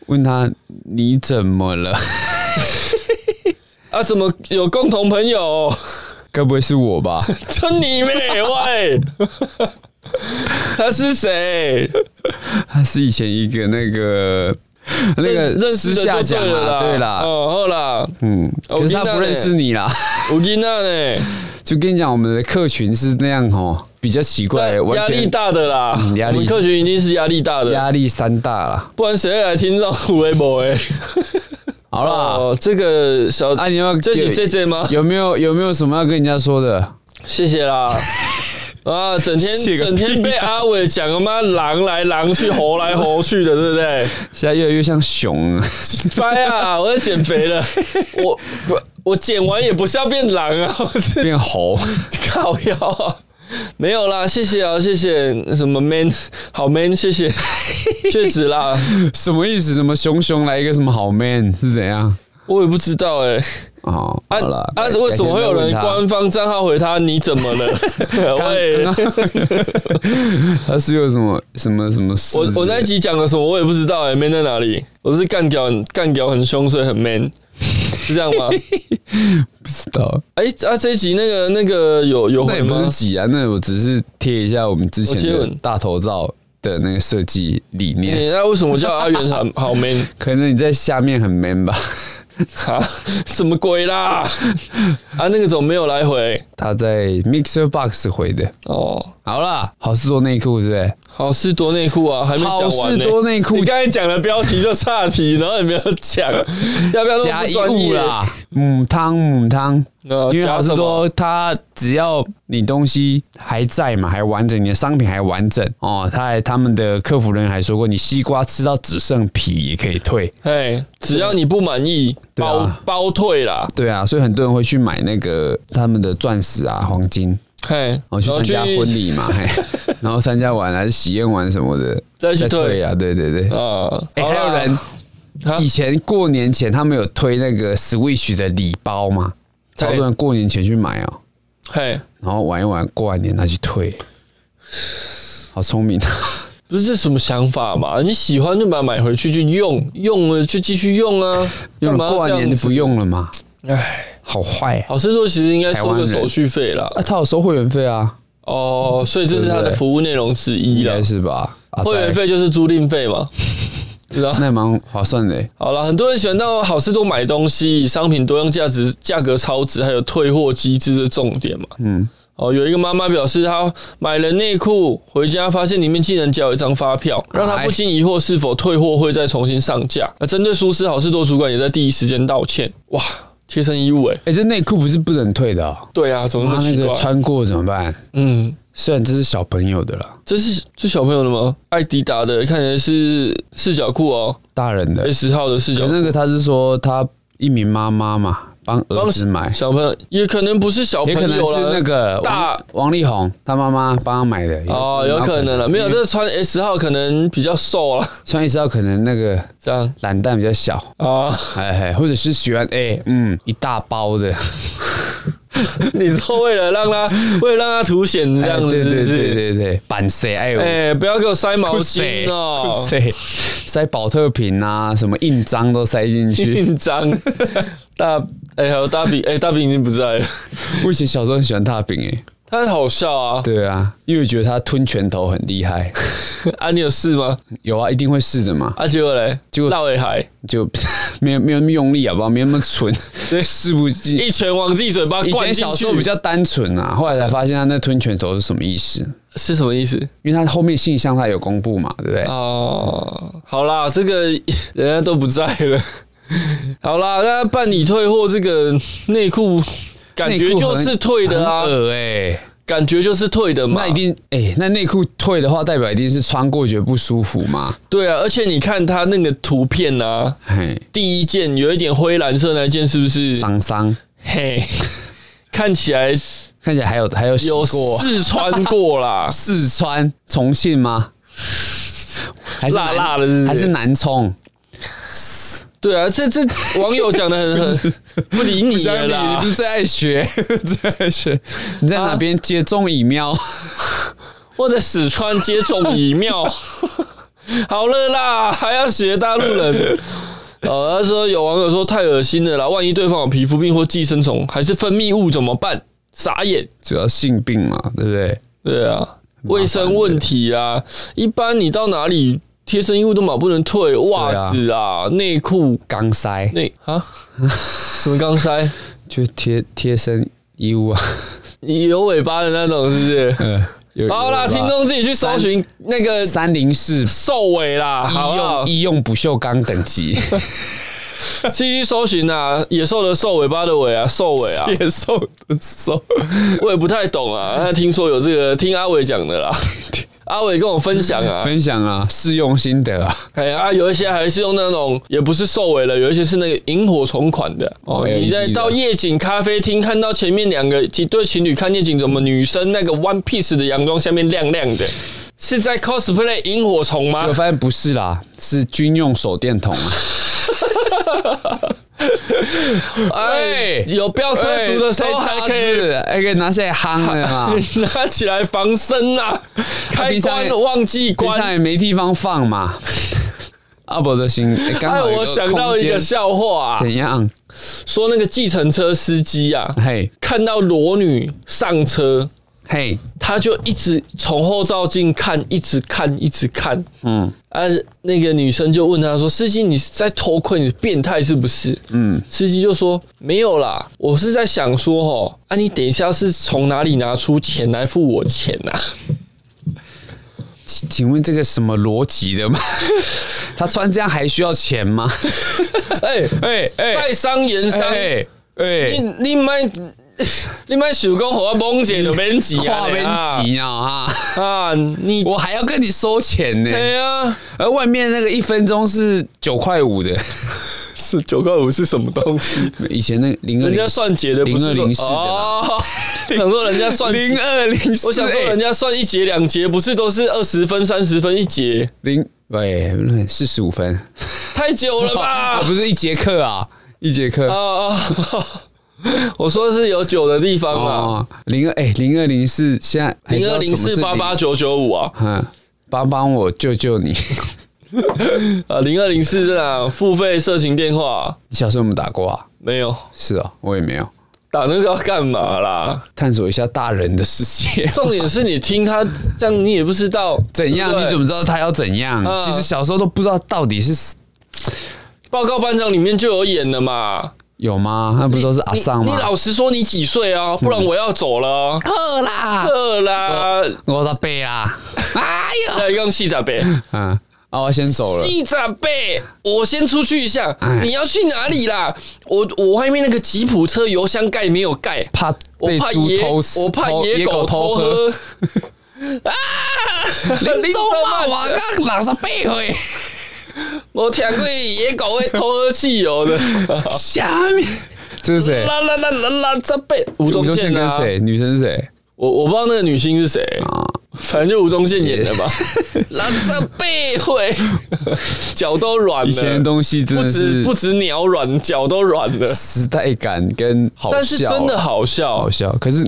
S1: 问他你怎么了？ [LAUGHS]
S2: 啊，怎么有共同朋友？ [LAUGHS]
S1: 该不会是我吧？
S2: 就你妹
S1: [LAUGHS]
S2: 喂！他是谁？
S1: 他是以前一个那个那个
S2: 认识
S1: 私
S2: 的
S1: 下
S2: 就
S1: 讲
S2: 对了
S1: 啦，对啦，
S2: 哦，好啦，
S1: 嗯，
S2: 哦
S1: 可是他
S2: 我听到
S1: 不认识
S2: 嘞
S1: 你啦。
S2: 我跟欸那
S1: [LAUGHS]
S2: 呢，
S1: 就跟你讲，我们的客群是那样哦，比较奇怪，
S2: 但
S1: 完
S2: 压
S1: 全
S2: 力大的啦，
S1: 嗯压力
S2: 我们客群一定是压力大的，
S1: 压力山大啦。
S2: 不然谁会来听这种微博？哎，
S1: 好啦，
S2: 哦，这个小
S1: 啊啊，你要
S2: 这是 J
S1: 有
S2: J 吗？啊
S1: 有没有有没有什么要跟人家说的？
S2: 谢谢
S1: [LAUGHS]
S2: 啦。啊，整天
S1: 谢个屁啊
S2: 整天被阿伟讲他妈狼来狼去、猴来猴去的，对不
S1: [LAUGHS]
S2: 对？
S1: 现在越来越像熊
S2: [LAUGHS]
S1: 了，
S2: 拜啊！我在减肥了，我我我减完也不是要变狼啊，我是
S1: 变猴。
S2: [LAUGHS] 靠腰啊。没有啦，谢谢啊，谢谢什么 man 好 man，
S1: [LAUGHS]
S2: 谢谢，确实啦，
S1: 什么意思？什么熊熊来一个什么好 man 是怎样？
S2: 我也不知道哎、
S1: 哦，
S2: 啊
S1: 好了
S2: 啊，为什么会有人官？方账号回他？你怎么
S1: [LAUGHS]
S2: 了？喂，
S1: 改天再问他刚刚 [LAUGHS] 他是有什么什么什么事？
S2: 我我那一集讲了什么？我也不知道哎、m a n 在哪里？我是干屌很干屌很凶，所以很 man，是这样
S1: [LAUGHS]
S2: 吗？
S1: 不知道，
S2: 哎、啊，这一集那个那个有有
S1: 那
S2: 回
S1: 也不
S2: 吗
S1: 是？挤啊，那我只是贴一下我们之前
S2: 我贴
S1: 的
S2: 文
S1: 大头照的那个设计理念。
S2: 你哎那为什么叫阿元好好 man？
S1: 可能你在下面很 man 吧？
S2: [LAUGHS]
S1: [LAUGHS]
S2: 啊，什么鬼啦？啊，那个怎么没有来回？
S1: 他在 Mixer Box 回的。
S2: 哦，
S1: 好啦，好事多内裤是不是？
S2: 好事多内裤啊，还没讲完、呢。
S1: 好事多内裤 [LAUGHS]
S2: 你刚才讲的标题就岔题，然后也没有讲，要不要那么
S1: 加
S2: 不
S1: 一
S2: 专
S1: 物
S2: 业
S1: 啦？母汤母汤，
S2: 那
S1: 因为
S2: 加
S1: 老实
S2: 什么
S1: 说，他只要你东西还在嘛，还完整，你的商品还完整哦，他还他们的客服人员还说过，你西瓜吃到只剩皮也可以退。
S2: 哎，只要你不满意，
S1: 对
S2: 包
S1: 啊
S2: 包退啦，
S1: 对啊，所以很多人会去买那个他们的钻石啊、黄金，
S2: 嘿，
S1: 哦，去参加
S2: 然后
S1: 婚礼嘛，
S2: [LAUGHS]
S1: 嘿，然后参加完还是喜宴完什么的，
S2: 再去退
S1: 啊，对对对。
S2: 啊，
S1: 哎、
S2: 好
S1: 还
S2: 啦
S1: 有人
S2: 啊
S1: 以前过年前他们有推那个 Switch 的礼包嘛，
S2: 对
S1: 超多人过年前去买哦，
S2: 嘿，
S1: 然后玩一玩，过完年拿去退，好聪 [LAUGHS] 明啊！
S2: 不是这什么想法嘛？你喜欢就把它买回去就用，用了就继续用啊，
S1: [LAUGHS] 用了
S2: 干嘛
S1: 过
S2: 要
S1: 完
S2: 这
S1: 年
S2: 样
S1: 就
S2: 子？
S1: 不用了嘛，
S2: 哎，
S1: 好坏啊！
S2: 好事多其实应该收
S1: 台湾
S2: 个
S1: 人
S2: 手续费啦。
S1: 啊，他有收会员费啊，
S2: 哦，所以这是它
S1: 对不
S2: 的
S1: 对
S2: 服务内容之一
S1: 应
S2: 啦
S1: 该。是吧？啊
S2: 会员
S1: 再
S2: 费就是租赁费
S1: [LAUGHS]
S2: 嘛，啊知道？
S1: 那也蛮划算 [LAUGHS] 的欸，
S2: 好了，很多人喜欢到好事多买东西，商品多样价值、价格超值，还有退货机制的重点嘛。
S1: 嗯，
S2: 哦，有一个妈妈表示，她买了内裤回家，发现里面竟然夹有一张发票，
S1: 哎
S2: 让她不禁疑惑是否退货会再重新上架。那针对疏失，好事多主管也在第一时间道歉。哇，贴身衣物哎、
S1: 哎，这内裤不是不能退的哦，
S2: 对啊，怎么那
S1: 他
S2: 么
S1: 那
S2: 奇怪？
S1: 个穿过怎么办？
S2: 嗯，
S1: 虽然这是小朋友的啦，
S2: 这是这小朋友的吗？艾迪达的，看起来是四角裤哦
S1: 大人的。
S2: ，S 号的四角
S1: 可
S2: 裤。
S1: 那个他是说他一名妈妈嘛，帮儿子买，
S2: 小朋友也可能不是小
S1: 也
S2: 朋友
S1: 可能是
S2: 啦
S1: 那个王
S2: 大
S1: 王力宏他妈妈帮他买的。
S2: 哦，有可能了，没有这个穿 S 号可能比较瘦了，
S1: 穿一知道可能那个
S2: 这样
S1: 懒蛋比较小，
S2: 啊？
S1: 哎嘿，或者是喜欢哎嗯一大包的，
S2: [LAUGHS] 你说为了让他，为了让他凸显这样
S1: 哎
S2: 子，
S1: 对
S2: 是不
S1: 对
S2: 是
S1: 对对对，板谁哎呦。
S2: 哎、不要给我塞毛巾
S1: 酷
S2: 哦，
S1: 塞酷塞塞保特瓶啊，什么印章都塞进去。
S2: [LAUGHS] 印章
S1: [LAUGHS]
S2: 大哎、还有大饼哎、大饼已经不在了，
S1: 我以前小时候很喜欢大饼哎，
S2: 他很好笑啊。
S1: 对啊，因为觉得他吞拳头很厉害。 [LAUGHS]
S2: 啊，你有事吗？
S1: 有啊，一定会是的嘛。
S2: 啊，结果嘞，
S1: 结果
S2: 大尾海
S1: 就 [LAUGHS] 没有没有那么用力，好不好？没那么蠢， [LAUGHS]
S2: 对
S1: 事不进。
S2: 一拳往自己嘴巴
S1: 以
S2: 啊灌
S1: 前
S2: 进
S1: 小时
S2: 去，
S1: 候比较单纯啊，后来才发现他那吞拳头是什么意思，
S2: 是什么意思？
S1: 因为他后面信箱他有公布嘛，对不对？
S2: 啊哦，好啦，这个 [LAUGHS] 人家都不在了。好啦，那办理退货这个内裤，感觉就是退的啊
S1: 很，恶哎，
S2: 感觉就是退的嘛。
S1: 那一定哎、那内裤退的话，代表一定是穿过觉得不舒服嘛，
S2: 对啊，而且你看他那个图片啊，
S1: 嘿，
S2: 第一件有一点灰蓝色那一件是不是？
S1: 伤伤，
S2: 嘿，看起来
S1: 看起来还有还有洗
S2: 有
S1: 过，
S2: 试穿过啦
S1: 四川重庆吗？还是
S2: 辣
S1: 南
S2: 辣的是不是
S1: 还是南充？
S2: 对啊，这这网友讲的
S1: [LAUGHS]
S2: 很很不理你啊了
S1: 你
S2: 啦
S1: 不。是最爱学， [LAUGHS] 最爱学。你在哪边接中乙喵？
S2: 或者四川接种
S1: [LAUGHS]
S2: 乙妙。好了啦，还要学大陆人。呃，他说有网友说太恶心了啦，万一对方有皮肤病或寄生虫，还是分泌物怎么办？傻眼。
S1: [LAUGHS] 主要性病嘛，对不对？
S2: 对啊，
S1: 烦
S2: 卫生问题啊，一般你到哪里贴身衣物都嘛不能退，袜子啊、内裤、
S1: 肛塞
S2: 内
S1: [LAUGHS]
S2: 啊，什么钢塞，
S1: 就贴贴身衣物啊。 [LAUGHS]
S2: 有尾巴的那种是不是？
S1: 有
S2: 好啦，
S1: 有吧
S2: 听众自己去搜寻那个
S1: 三零四
S2: 兽尾啦，好
S1: 医
S2: 不好
S1: 用？医用不锈钢等级，
S2: 继续搜寻啊，野兽的兽，尾巴的尾啊，兽尾啊，
S1: 野兽的兽。
S2: 我也不太懂啊。但听说有这个，听阿伟讲的啦。阿伟跟我分享啊，
S1: 分享啊，试用心得啊，
S2: 哎啊，有一些还是用那种也不是兽尾了，有一些是那个萤火虫款的哦。
S1: LED
S2: 你在
S1: 的
S2: 到夜景咖啡厅看到前面两个几对情侣看夜景，怎么女生那个 one piece 的洋装下面亮亮的，是在 cosplay 萤火虫吗
S1: 结果？发现不是啦，是军用手电筒啊。
S2: [LAUGHS] 哎，有飙车族的时候还可以
S1: 哎，还可以拿下来夯的嘛。
S2: 拿起来防身啊，开
S1: 平常也
S2: 关忘记
S1: 平
S2: [LAUGHS] 关
S1: 常。也没地方放嘛。阿伯的心，哎刚、
S2: 哎，
S1: 好有
S2: 我想到
S1: 空
S2: 一个
S1: 间
S2: 笑话、啊，
S1: 怎样？
S2: 说那个计程车司机啊，
S1: 嘿，
S2: 看到裸女上车，
S1: 嘿，
S2: 他就一直从后照镜看，一直看，一直看。
S1: 嗯，
S2: 啊，那个女生就问他说：“司机，你是在偷窥？你变态是不是？”嗯，司机就说：“没有啦，我是在想说，哦，啊，你等一下是从哪里拿出钱来付我钱啊呐、
S1: 请请问这个什么逻辑的吗？ [LAUGHS] 他穿这样还需要钱吗？
S2: [LAUGHS] 哎、
S1: [LAUGHS] [LAUGHS] 哎哎
S2: 在商言商，
S1: 哎哎
S2: 你你买 [LAUGHS] 你买手工给我蒙姐就免钱啊，
S1: 跨边级啊哈， [LAUGHS]
S2: 啊，你
S1: 我还要跟你收钱呢。
S2: 对啊，
S1: 而外面那个一分钟是九块五的，
S2: [LAUGHS] 是九块五是什么东西？
S1: 以前那零二
S2: 人家算节的不是
S1: 0204的啦
S2: 哦， [LAUGHS] 想说人家算
S1: 零二零四，哎
S2: 我想说人家算一节两节不是都是二十分三十分一节，
S1: 零喂四十五分，
S2: 太久了吧？
S1: [LAUGHS] 啊不是一节课啊，一节课
S2: 啊啊！啊 [LAUGHS] 我说是有酒的地方啊，
S1: 哦，零二哎零二零四现在还知
S2: 零二
S1: 道
S2: 零
S1: 什么是
S2: 四八八九九五啊，
S1: 嗯， [LAUGHS] 帮帮我救救你！ [LAUGHS]
S2: 啊，零二零四这样付费色情电话、啊
S1: 你小时候有没有打过啊？
S2: 没有
S1: 是哦，我也没有。
S2: 打那个要干嘛啦？
S1: 探索一下大人的世界， [LAUGHS]
S2: 重点是你听他这样，你也不知道
S1: 怎样？
S2: 对不对
S1: 你怎么知道他要怎样？
S2: 嗯
S1: 其实小时候都不知道到底是
S2: 报告班长里面就有演了嘛？
S1: 有吗？那不是都是阿尚
S2: 你
S1: 吗？ [LAUGHS]
S2: 老实说你几岁啊？不然我要走了哦。
S1: 饿
S2: [LAUGHS]
S1: 啦，
S2: 饿啦，
S1: 嗯我的背啦！ [LAUGHS] 哎呦，
S2: 来用细仔呗，
S1: 嗯，啊，我先走了。
S2: 细仔呗，我先出去一下
S1: 哎。
S2: 你要去哪里啦？我我外面那个吉普车油箱盖没有盖，
S1: 怕
S2: 我
S1: 被
S2: 怕
S1: 猪
S2: 野
S1: 偷死，
S2: 我怕
S1: 偷
S2: 野狗偷
S1: 喝。 [LAUGHS]
S2: 喝。啊！林
S1: 走嘛，我
S2: 讲
S1: 刚六十八岁，
S2: [LAUGHS] 我听过野狗会偷喝汽
S1: [LAUGHS]
S2: 油的。
S1: 下面这是谁？
S2: 啦啦啦啦啦，这被吴
S1: 吴
S2: 宗
S1: 宗
S2: 宪
S1: 宪跟
S2: 啊？
S1: 谁？女生是谁？
S2: 我我不知道那个女星是谁，反正就吴宗宪演的吧。啦这被会 [LAUGHS] 脚都软
S1: 以前的
S2: 了。
S1: 东西真
S2: 不
S1: 的
S2: 止
S1: 是
S2: 不止鸟软，脚都软了，
S1: 时代感跟好笑，啊
S2: 但是真的好笑
S1: 好。笑。可是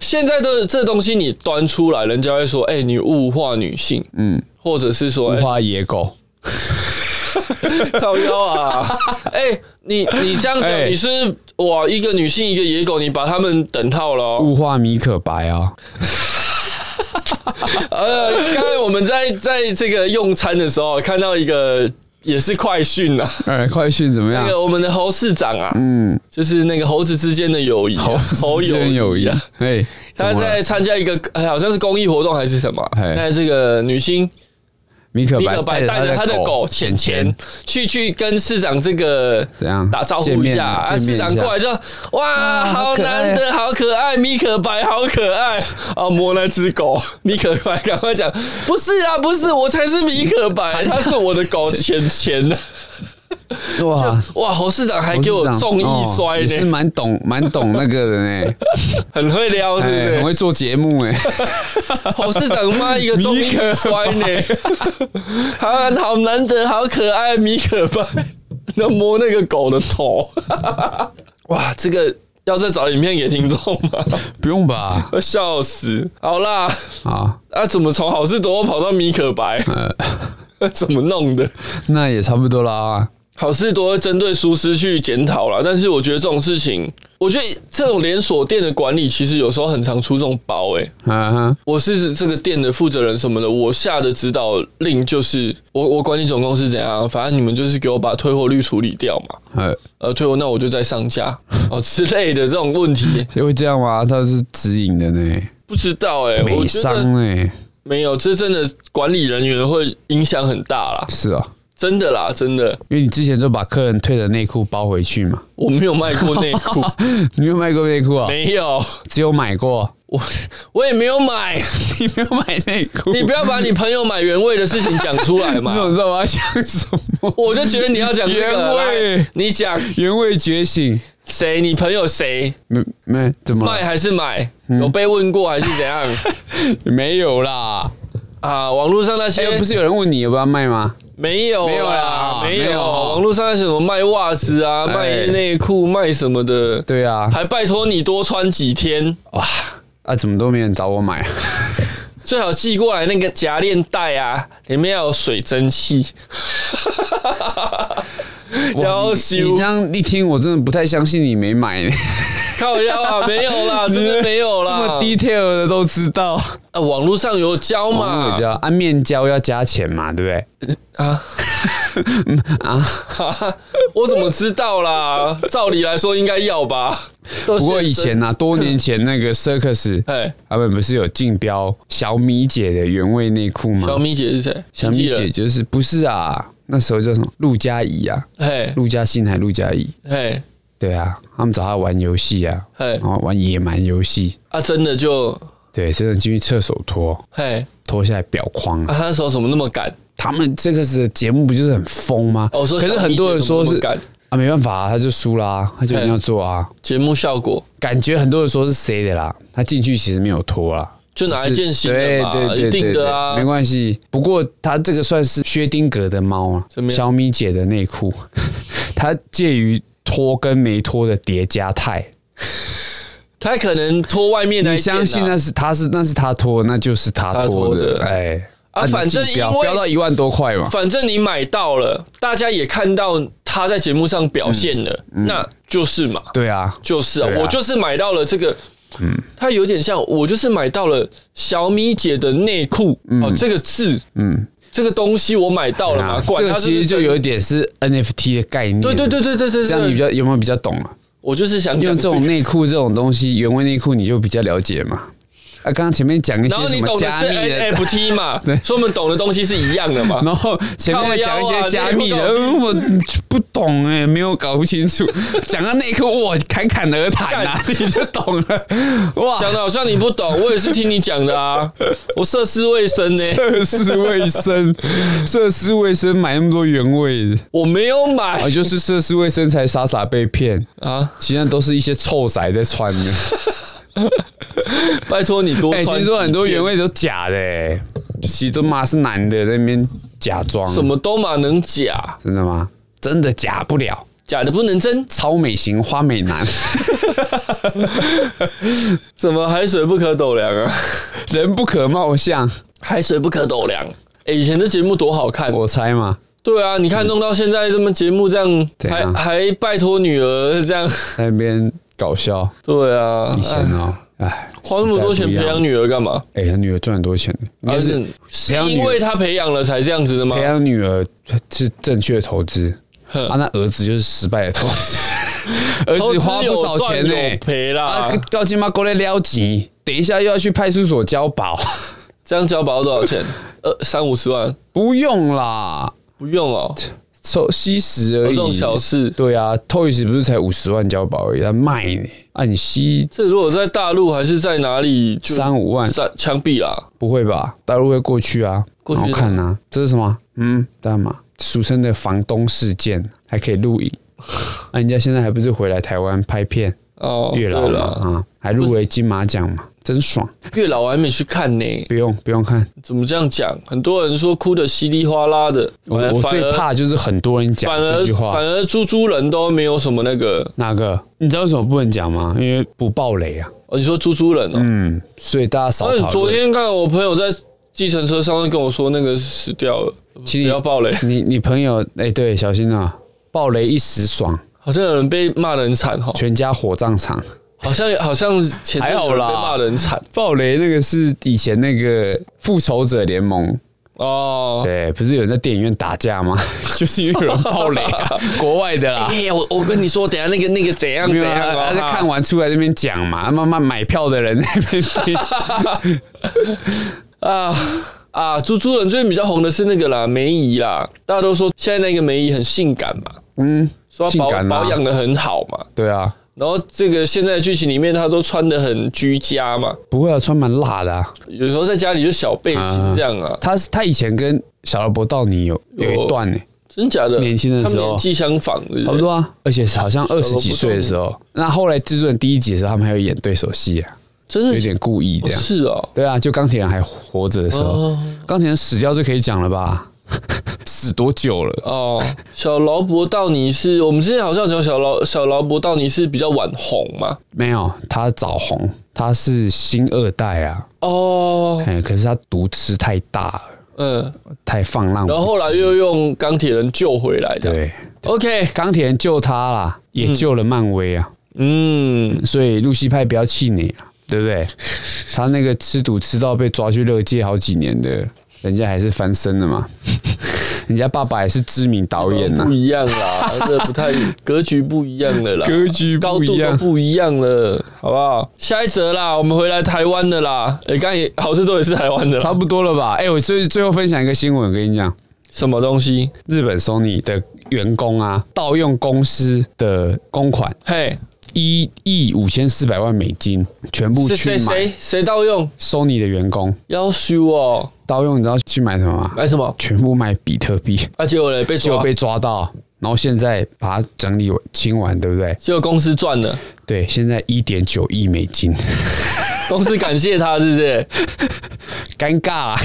S2: 现在的这东西你端出来，人家会说：“哎、你物化女性。”嗯，或者是说：“
S1: 无
S2: 哎、
S1: 花野狗，
S2: 靠腰啊！哎、你你这样讲，
S1: 哎
S2: 你是哇一个女性一个野狗，你把他们等号了、哦。
S1: 物化米可白啊，
S2: 呃，刚才我们在在这个用餐的时候看到一个也是快讯啊，
S1: 哎，快讯怎么样
S2: 那？个我们的侯市长啊，嗯，就是那个猴子之间的友谊啊、
S1: [LAUGHS] 侯
S2: 友
S1: 友友谊
S2: 啊。，
S1: 哎，
S2: 他
S1: 怎么了
S2: 在参加一个哎好像是公益活动还是什么，
S1: 哎
S2: 那这个女星
S1: 米可
S2: 米可白
S1: 白
S2: 带着他的狗浅浅去去跟市长这个
S1: 怎样
S2: 打招呼
S1: 见
S2: 一
S1: 面
S2: 下，
S1: 啊
S2: 啊，
S1: 见面
S2: 市长
S1: 一下啊
S2: 过来就哇，
S1: 好
S2: 好
S1: 可爱
S2: 难得，好可爱，米可白好可爱啊，摸那只狗， [LAUGHS] 米可白赶快讲，不是啊，不是，我才是米可白，他是我的狗浅浅的，
S1: 哇。
S2: 哇，侯市长还
S1: 董
S2: 给
S1: 事
S2: 我
S1: 长
S2: 中
S1: 哦
S2: 一摔
S1: 也是
S2: 呢，
S1: 蛮懂蛮懂那个人
S2: [LAUGHS]
S1: 哎，
S2: 很会哦撩，对
S1: 哎，
S2: 不
S1: 很
S2: [LAUGHS] 对？
S1: 会做节目哎，
S2: 侯市长妈一个中一摔呢，好好难得，好可爱，米可白，要摸那个狗的头， [LAUGHS] 哇，这个要再找影片给听众吗？
S1: 不用吧？
S2: 我 [LAUGHS] 笑死，好啦，
S1: 啊，
S2: 啊，怎么从好事多跑到米可白？ [LAUGHS] 怎么弄的？
S1: 呃那也差不多啦。
S2: 好事多会针对疏失去检讨啦，但是我觉得这种事情，我觉得这种连锁店的管理其实有时候很常出这种包诶、欸
S1: 嗯哼，
S2: 我是这个店的负责人什么的，我下的指导令就是我我管理总公司怎样，反正你们就是给我把退货率处理掉嘛，
S1: 呃，
S2: 呃，退货那我就再
S1: [LAUGHS]
S2: 上架哦之类的这种问题，
S1: 会这样吗？他是指引的呢，
S2: 不知道诶、我
S1: 美
S2: 觉得
S1: 商哎，
S2: 没有，这真的管理人员会影响很大啦，
S1: 是哦，
S2: 真的啦，真的，
S1: 因为你之前就把客人退的内裤包回去嘛，
S2: 我没有卖过内
S1: [LAUGHS]
S2: 裤，
S1: 你没有卖过内裤啊？
S2: 啊没有，
S1: 只有买过， [LAUGHS]
S2: 我我也没有买，
S1: 你没有买内裤，
S2: 你不要把你朋友买原味的事情讲出来
S1: [LAUGHS] 你怎
S2: 嘛
S1: 么，知道我要讲什么？
S2: 我就觉得你要讲这个，
S1: 原味
S2: 来你讲
S1: 原味觉醒，
S2: 谁，你朋友谁
S1: 没没怎么
S2: 卖啊
S1: 了
S2: 还是买，
S1: 嗯
S2: 有被问过还是
S1: [LAUGHS]
S2: 怎样
S1: 没有啦？
S2: 啊？网络上那
S1: 哎、
S2: 些
S1: 不是有人问你要不要卖吗？
S2: 没有
S1: 没有
S2: 啦
S1: 啦，
S2: 没
S1: 没
S2: 有，
S1: 有
S2: 网络上那些什么卖袜子啊、
S1: 哎
S2: 卖内裤、卖什么的，
S1: 对啊，
S2: 还拜托你多穿几天。
S1: 哇啊，怎么都没人找我买、啊？
S2: 最好寄过来那个夹链袋啊，里面要有水
S1: [LAUGHS]
S2: 蒸气。要
S1: 你你
S2: 修
S1: 这样一听，我真的不太相信你没买、
S2: 靠腰啊，没有啦，真的没有
S1: 这 [LAUGHS]
S2: 啦。
S1: 么 detail 的都知道。
S2: 啊，网络上有教
S1: 网
S2: 嘛
S1: 友？教啊，面交要加钱嘛，对不对？ [LAUGHS]
S2: 啊
S1: 嗯
S2: 啊！ [LAUGHS] 我怎么知道啦？照理来说应该要吧。不
S1: 不过以前呐、啊，多年前那个 circus，
S2: 哎，
S1: 他们不是有竞标小米姐的原味内裤吗？
S2: 小米姐是谁？
S1: 小米姐就是不是啊？那时候叫什么？陆佳怡啊，
S2: 嘿，
S1: 陆嘉欣还陆佳怡？
S2: 嘿，
S1: 对啊，他们找他玩游戏啊，
S2: 嘿
S1: 然后玩野蛮游戏，
S2: 啊，真的就
S1: 对，真的进去厕所脱，
S2: 嘿，
S1: 脱下来表框啊
S2: 啊，他那时候怎么那么敢？
S1: 他们这个是节目不就是很疯吗？
S2: 哦我说
S1: 可是
S2: 小
S1: 很多人说
S2: 蜜
S1: 是
S2: 姐怎么那么敢
S1: 啊，没办法、啊，他就输啦、他就一定要做啊。
S2: 节目效果
S1: 感觉很多人说是谁的啦，他进去其实没有脱啊啦，
S2: 就拿
S1: 只
S2: 一
S1: 是
S2: 件新的
S1: 对
S2: 嘛，
S1: 对对
S2: 一定
S1: 对对
S2: 的啊
S1: 没。关系。不过他这个算是薛丁格的猫啊
S2: 怎，么样
S1: 小米姐的内裤， [LAUGHS] 它介于脱跟没脱的叠加态。
S2: 他可能脱外面那
S1: 你
S2: 一件啊
S1: 相信那是他是那是他脱，那就是他脱
S2: 他脱
S1: 的，
S2: 的
S1: 哎。
S2: 啊
S1: 你
S2: 反正
S1: 竞标
S2: 因为
S1: 标到一万多块嘛，
S2: 反正你买到了，大家也看到他在节目上表现了，
S1: 嗯
S2: 那就是嘛，
S1: 对啊，
S2: 就是啊，
S1: 对啊
S2: 我就是买到了这个。嗯，它有点像我就是买到了小米姐的内裤、哦，这个字，嗯，这个东西我买到了嘛，
S1: 啊
S2: 管
S1: 这个
S2: 它是不
S1: 其
S2: 是
S1: 实就
S2: 真的
S1: 有一点是 NFT 的概念。
S2: 对对对对对对，
S1: 这样你比
S2: 对
S1: 较有没有比较懂啊？
S2: 我就是想
S1: 用
S2: 讲
S1: 这种
S2: 个，
S1: 内裤这种东西，原味内裤你就比较了解嘛。啊，刚刚前面讲一
S2: 然后
S1: 些
S2: 你
S1: 什
S2: 懂
S1: 么
S2: 的
S1: 加 [LAUGHS]
S2: 是
S1: 密的，
S2: NFT 嘛，所以我们懂的东西是一样的
S1: [LAUGHS]
S2: 嘛。
S1: 然后前面讲一些加密的，
S2: 靠腰啊内
S1: 嗯我不懂哎，没有搞不清
S2: [LAUGHS]
S1: 楚。讲到内裤，我侃侃而谈啊，你就懂了哇。
S2: 讲的好像你不懂，我也是听你讲
S1: [LAUGHS]
S2: 的啊。我涉世未深呢、
S1: 涉世未深，涉世未深买那么多原味的
S2: 我没有买
S1: 啊，就是涉世未深才傻傻被骗，
S2: 啊！
S1: 其他都是一些臭仔在穿的。
S2: [LAUGHS] 拜托你多
S1: 哎、
S2: 穿、
S1: 听说很多原，味都假的、欸，其实都妈是男的在那边假装，
S2: 什么都嘛能假，
S1: 真的吗？真的假不了，
S2: 假的不能真，
S1: 超美型花美
S2: [LAUGHS]
S1: 男，
S2: 怎么海水不可斗量啊？
S1: 人不可貌相，
S2: 海水不可斗量。哎、以前这节目多好看，
S1: 我猜嘛，
S2: 对啊，你看弄到现在这么节目这样，
S1: 怎
S2: 还
S1: 样
S2: 还拜托女儿这样， [LAUGHS]
S1: 在那边搞笑，
S2: 对啊
S1: 以，前
S2: 哎
S1: 哦、哎，
S2: 花那么多钱培养
S1: 女，
S2: 女儿干嘛？
S1: 哎、他女儿赚很多钱，应该
S2: 而
S1: 哦是
S2: 且是因为他培养了才这样子的吗
S1: 培？养女儿是正确的投资，
S2: 哼
S1: 啊，那儿子就是失败的投
S2: [LAUGHS]
S1: 资，儿
S2: 投
S1: 子
S2: 资
S1: 花不少钱呢、
S2: 有赔啦
S1: 啊，，高金妈过来撩急，等一下又要去派出所交保。 [LAUGHS]
S2: 这样交保多少钱？呃，三五十万，
S1: 不用啦，
S2: 不用哦，
S1: 抽吸食而
S2: 有
S1: 已。
S2: 这种小事。
S1: 对啊，Toys 不是才五十万交保而已，他卖你啊，你吸
S2: 这如果在大陆还是在哪里，就
S1: 三五万，
S2: 三枪毙啦。
S1: 不会吧？大陆会过去啊，
S2: 过去
S1: 然后看啊，这是什么？嗯，干嘛？俗称的房东事件，还可以录
S2: [LAUGHS]
S1: 影。啊，人家现在还不是回来台湾拍片，
S2: 哦，
S1: 月老
S2: 对
S1: 嘛
S2: 啦，
S1: 啊，还入围金马奖嘛，真爽！
S2: 月老我还没去看呢。
S1: 不用不用看，
S2: 怎么这样讲？很多人说哭的稀里哗啦的，
S1: 我
S2: 反而
S1: 我
S2: 反
S1: 最
S2: 而
S1: 怕就是很多人讲
S2: 反
S1: 这
S2: 而
S1: 句话
S2: 反。而猪猪人都没有什么那个
S1: 哪个？你知道为什么不能讲吗？因为不爆雷啊。
S2: 哦，你说猪猪人哦，
S1: 嗯，所以大家少
S2: 而且
S1: 讨
S2: 昨
S1: 论。
S2: 天看到我朋友在计程车上面跟我说那个死掉了，不
S1: 请你
S2: 要爆雷，
S1: 你你朋友哎、对，小心啊！爆雷一时爽，
S2: 好像有人被骂得很惨哈，
S1: 全家火葬场。
S2: 好像好像前阵
S1: 还
S2: 子
S1: 好
S2: 有人
S1: 啦
S2: 哎被骂得很惨
S1: 爆雷那个是以前那个复仇者联盟，
S2: 哦。
S1: 对，不是有人在电影院打架
S2: [LAUGHS]
S1: 吗？ [LAUGHS] 就是因为有人爆雷啊，国外的啦。
S2: 哎、我我跟你说，等一下那个那个怎样
S1: 没
S2: 怎
S1: 有
S2: 样
S1: 啊，他
S2: 啊？
S1: 在看完出来那边讲嘛，慢慢买票的人在那
S2: [LAUGHS]
S1: 边听
S2: 啊啊！猪猪人最近比较红的是那个啦，梅姨啦，大家都说现在那个梅姨很性感嘛，
S1: 嗯，
S2: 说她
S1: 性
S2: 保、
S1: 感啊
S2: 保养的很好嘛。
S1: 对啊，
S2: 然后这个现在的剧情里面，她都穿的很居家嘛，
S1: 不会啊，穿蛮辣的啊。
S2: 有时候在家里就小背心这样啊，
S1: 他是他以前跟小罗伯道尼有有一段呢、
S2: 真假的？
S1: 年轻的时候
S2: 他们年纪相仿，是不是
S1: 差不多啊，而且是好像二十几岁的时候，那后来《至尊》第一集的时候，他们还有演对手戏啊，
S2: 真的
S1: 有点故意这样。
S2: 是哦，
S1: 对啊，就钢铁人还活着的时候
S2: 哦，
S1: 钢铁人死掉就可以讲了吧？ [LAUGHS] 死多久了？
S2: 哦，小劳勃道尼是我们之前好像讲小劳小劳勃道尼是比较晚红嘛，
S1: 没有，他早红，他是星二代啊，
S2: 哦，
S1: 哎，可是他毒吃太大了，
S2: 嗯，
S1: 太放浪不羁。
S2: 然后后来又用钢铁人救回来的。
S1: 对
S2: OK，
S1: 钢铁人救他啦，也救了漫威啊，
S2: 嗯，
S1: 所以露西派不要气馁啊，对不
S2: [LAUGHS]
S1: 对？他那个吃赌吃到被抓去乐界好几年的，人家还是翻身了
S2: [LAUGHS]
S1: 嘛。人家爸爸也是知名导演啊呐、
S2: 哦不一样啦，
S1: [LAUGHS]
S2: 这不太格局不一样了啦，
S1: 格局
S2: 高
S1: 不
S2: 度
S1: 一
S2: 都
S1: 样
S2: 不一样了，好不好？下一则啦，我们回来台湾的啦。哎，刚才也好事多也是台湾的啦，
S1: 差不多了吧？哎、我最最后分享一个新闻，我跟你讲，
S2: 什么东西？
S1: 日本 Sony 的员工啊，盗用公司的公款
S2: 嘿，
S1: 一亿五千四百万美金，全部
S2: 是
S1: 去
S2: 谁谁
S1: 买
S2: 谁盗用？
S1: Sony 的员工
S2: 要修哦，啊
S1: 盗用，你知道去买什么吗？
S2: 买什么？
S1: 全部卖比特币，
S2: 啊，结果嘞被
S1: 结
S2: 抓
S1: 果，被抓到，然后现在把它整理完清完，对不对？
S2: 结果公司赚了，
S1: 对，现在一点九亿美金， [LAUGHS]
S2: 公司感谢他是不是？
S1: 尴尬啊，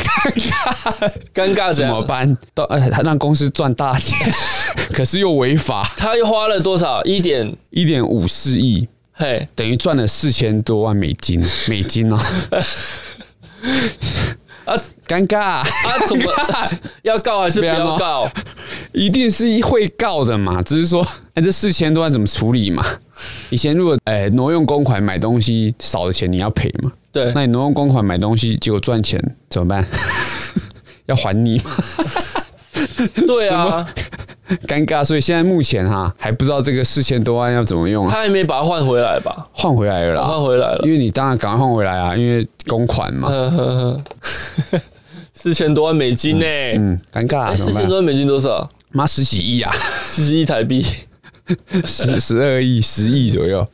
S2: 尴尬怎
S1: 怎么
S2: 样？
S1: 办？到哎，他让公司赚大钱， [LAUGHS] 可是又违法，
S2: 他又花了多少？一点
S1: 一点五四亿，
S2: 嘿，
S1: 等于赚了四千多万美金，美金哦，
S2: 啊
S1: 尴尬啊、
S2: 啊怎么要告还是不要告？
S1: 一定是会告的嘛，只是说， [LAUGHS] 哎，这四千多万怎么处理嘛？ [LAUGHS] 以前如果哎挪用公款买东西少的钱你要赔嘛，
S2: 对，
S1: 那你挪用公款买东西结果赚钱怎么办？ [LAUGHS] 要还你吗？
S2: 对啊，
S1: [LAUGHS] 尴尬，所以现在目前哈还不知道这个四千多万要怎么用啊，
S2: 他还没把它换回来吧？
S1: 换回来了啦，
S2: 换回来了
S1: 因为你当然赶快换回来啊，因为公款嘛，
S2: 呵呵呵 [LAUGHS] 四千多万美金呢、
S1: 嗯，尴尬、啊，
S2: 哎，
S1: 怎么
S2: 四千
S1: 办
S2: 多？万美金多少？
S1: 妈十几亿啊， [LAUGHS]
S2: 四十一台币，
S1: 十十二亿、十亿左
S2: [LAUGHS]
S1: 右，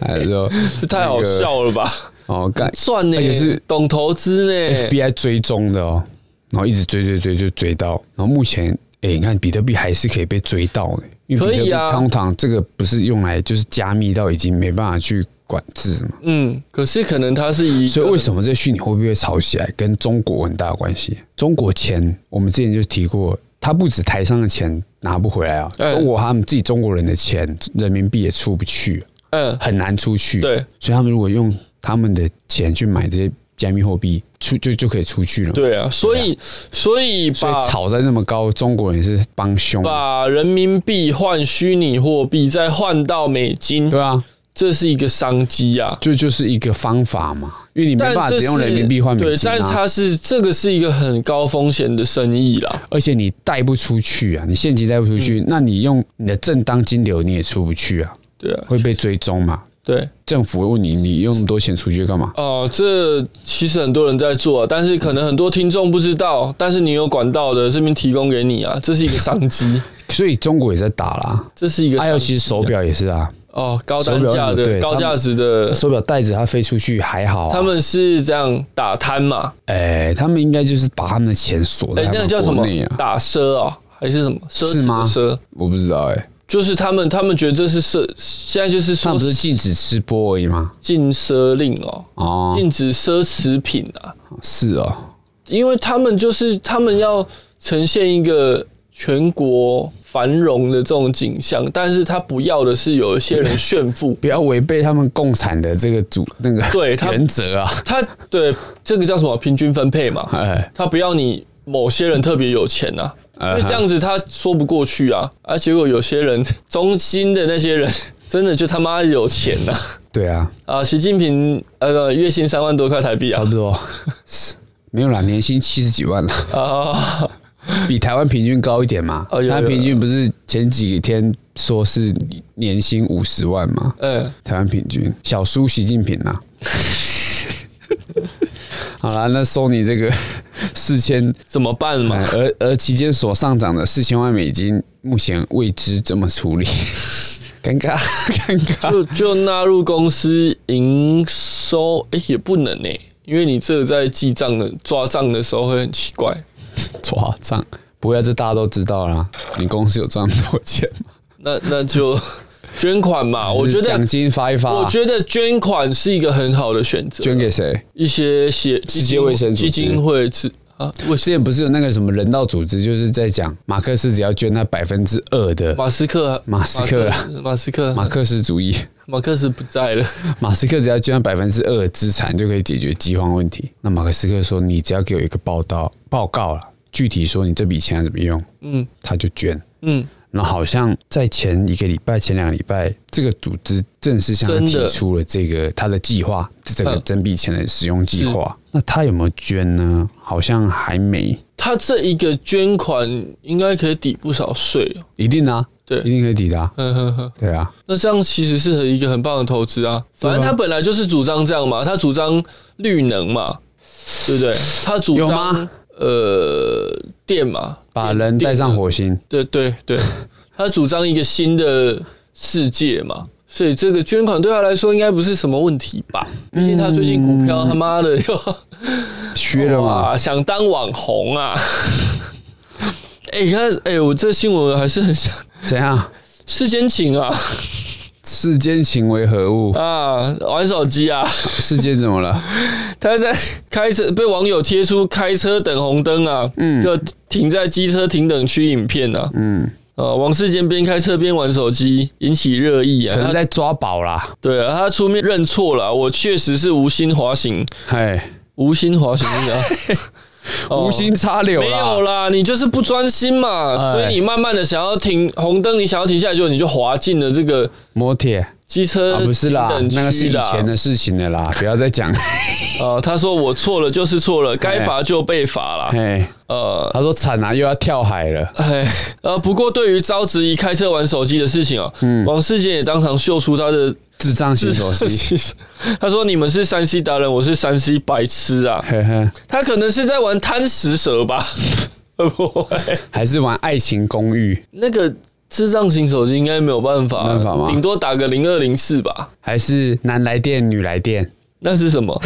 S1: 哎，说
S2: 这太好笑了吧？
S1: 哦，干
S2: 赚呢、
S1: 而且是
S2: 懂投资呢、
S1: FBI 追踪的哦，然后一直追追追就追到，然后目前哎、你看比特币还是可以被追到的，因为比特
S2: 可以
S1: 币
S2: 啊
S1: 通常这个不是用来就是加密到已经没办法去管制嘛，
S2: 嗯，可是可能它是以，
S1: 所以为什么这虚拟货币会炒起来，跟中国很大的关系。中国钱我们之前就提过，它不止台商的钱拿不回来啊，
S2: 哎
S1: 中国他们自己中国人的钱人民币也出不去，
S2: 嗯，
S1: 很难出去，
S2: 对，
S1: 所以他们如果用他们的钱去买这些加密货币，出就就可以出去了嘛。
S2: 对啊，所以所以
S1: 哎所以
S2: 把
S1: 炒在这么高，中国人是帮凶，
S2: 把人民币换虚拟货币，再换到美金，
S1: 对啊，
S2: 这是一个商机啊。
S1: 就就是一个方法嘛，因为你没
S2: 但
S1: 办法
S2: 这
S1: 只用
S2: 是
S1: 人民币换美
S2: 对，
S1: 金
S2: 但
S1: 啊，
S2: 它是这个是一个很高风险的生意啦。
S1: 而且你贷不出去啊，你现金贷不出
S2: 嗯
S1: 去，那你用你的正当金流你也出不去啊，
S2: 对啊，
S1: 会被追踪嘛。
S2: 对，
S1: 政府问你，你用那么多钱出去干嘛？
S2: 哦，这其实很多人在做、啊，但是可能很多听众不知道，但是你有管道的这边提供给你啊，这是一个商
S1: [LAUGHS]
S2: 机，
S1: 所以中国也在打啦，
S2: 这是一个商
S1: 还
S2: 机啊。
S1: 有其实手表也是啊，
S2: 哦，高单价
S1: 手表那个
S2: 的
S1: 对
S2: 高价值的，
S1: 手表带着它飞出去还好、啊，
S2: 他们是这样打摊嘛？
S1: 哎、他们应该就是把他们的钱锁
S2: 哎
S1: 在、他
S2: 那个
S1: 们
S2: 叫什
S1: 国
S2: 么
S1: 内？啊，
S2: 打奢啊、还是什么奢
S1: 是
S2: 侈
S1: 吗
S2: 的奢？
S1: 我不知道哎、
S2: 就是他们，他们觉得这是奢，现在就是
S1: 他
S2: 说
S1: 们不是禁止吃播而已吗？
S2: 禁奢令哦，
S1: 哦，
S2: 禁止奢侈品啊，
S1: 是哦，，
S2: 因为他们就是他们要呈现一个全国繁荣的这种景象，但是他不要的是有一些人炫富
S1: [LAUGHS] 不要违背他们共产的这个主那个 [LAUGHS]
S2: 对他
S1: 原则啊，
S2: 他对这个叫什么平均分配嘛，
S1: 哎，
S2: 他不要你某些人特别有钱呐、
S1: 嗯
S2: 因为这样子他说不过去啊，啊，结果有些人中心的那些人 [LAUGHS] 真的就他妈有钱呐、
S1: 对啊，
S2: 啊！习近平呃月薪三万多块台币
S1: 差
S2: 啊
S1: 不多
S2: [LAUGHS]
S1: 是没有啦，年薪七十几万了，
S2: 啊！ [LAUGHS]
S1: 比台湾平均高一点嘛。
S2: 哦有有
S1: 他平均不是前几天说是年薪五十万嘛？
S2: 嗯，
S1: 台湾平均小输习近平呐。 [LAUGHS] 好啦，那收你这个 [LAUGHS] 四千，哎
S2: 怎么办嘛？
S1: 而而期间所上涨的四千万美金，目前未知怎么处理， [LAUGHS] 尴尬， [LAUGHS] 尴尬。 [LAUGHS]
S2: 就就纳入公司营收，哎、也不能呢、因为你这个在记账的抓账的时候会很奇怪。
S1: 抓账，不会啊，这大家都知道啦。你公司有赚那么多钱吗？
S2: 那那
S1: [LAUGHS]
S2: 就捐款嘛， [LAUGHS] 我觉
S1: 就是
S2: 得
S1: 奖。金发一发、啊
S2: 我觉得捐款是一个很好的选择，
S1: 捐给谁？
S2: 一些协
S1: 世界卫生组织
S2: 基金会之啊，为什
S1: 之前不是有那个什么人道组织，就是在讲马克思只要捐那百分之二的
S2: 马斯克
S1: 马斯克啊
S2: 马斯克
S1: 马克思主义， [LAUGHS]
S2: 马克思不在了，
S1: 马斯克只要捐那百分之二的资产就可以解决饥荒问题。那马克思克说，你只要给我一个报道报告了，具体说你这笔钱要怎么用，
S2: 嗯
S1: 他就捐。
S2: 嗯，
S1: 那好像在前一个礼拜、前两个礼拜，这个组织正式向他
S2: 真的
S1: 提出了这个他的计划，这个
S2: 嗯
S1: 征避钱的使用计划。那他有没有捐呢？好像还没，
S2: 他这一个捐款应该可以抵不少税哦，
S1: 一定啊，
S2: 对
S1: 一定可以抵达。
S2: 呵呵呵。
S1: 对啊，
S2: 那这样其实是一个很棒的投资啊。反正他本来就是主张这样嘛，他主张绿能嘛，对不对？他主
S1: 有
S2: 张
S1: 吗
S2: 呃店嘛，
S1: 把人带上火星，
S2: 对对对，他主张一个新的世界嘛，所以这个捐款对他来说应该不是什么问题吧？毕竟他最近股票他妈的又
S1: 缺嗯了嘛？
S2: [LAUGHS] 哇想当网红啊！ [LAUGHS] 哎、你看，哎、我这新闻还是很想
S1: 怎样？
S2: 世间情啊
S1: 世间情为何物？
S2: 啊，玩手机啊，
S1: 世间怎么了？
S2: [LAUGHS] 他在开车被网友贴出开车等红灯啊，就停在机车停等区影片啊，
S1: 嗯，
S2: 呃，王世坚边开车边玩手机，引起热议啊。
S1: 可能
S2: 他
S1: 在抓宝啦。
S2: 对啊，他出面认错了，啊我确实是无心滑行，
S1: 哎，
S2: 无心滑行
S1: [LAUGHS]
S2: 是怎样哦
S1: 无心插柳
S2: 没有
S1: 啦。
S2: 啦，你就是不专心嘛，
S1: 哎
S2: 所以你慢慢的想要停红灯，你想要停下来，就你就滑进了这个
S1: 摩铁
S2: 机车
S1: 啊，不是啦
S2: 停等，区啊
S1: 那个是以
S2: 啦
S1: 前的事情了啦，不要再
S2: [LAUGHS]
S1: 讲。
S2: 呃，他说我错了就是错了，该罚就被罚啦。
S1: 哎，
S2: 呃，
S1: 他说惨啊，又要跳海了。
S2: 哎，呃，不过对于招质疑开车玩手机的事情哦，
S1: 嗯
S2: 王世坚也当场秀出他的
S1: 智障型手 [LAUGHS] 机，
S2: 机， [LAUGHS] 他说：“你们是山西达人，我是山西白痴啊。
S1: 嘿嘿，”
S2: 他可能是在玩贪食蛇吧？ [LAUGHS] 会不会
S1: 还是玩《爱情公寓》，
S2: 那个智障型手机应该没有办法，
S1: 没办法吗
S2: 顶多打个零二零四吧？
S1: 还是男来电女来电？
S2: 那是什么？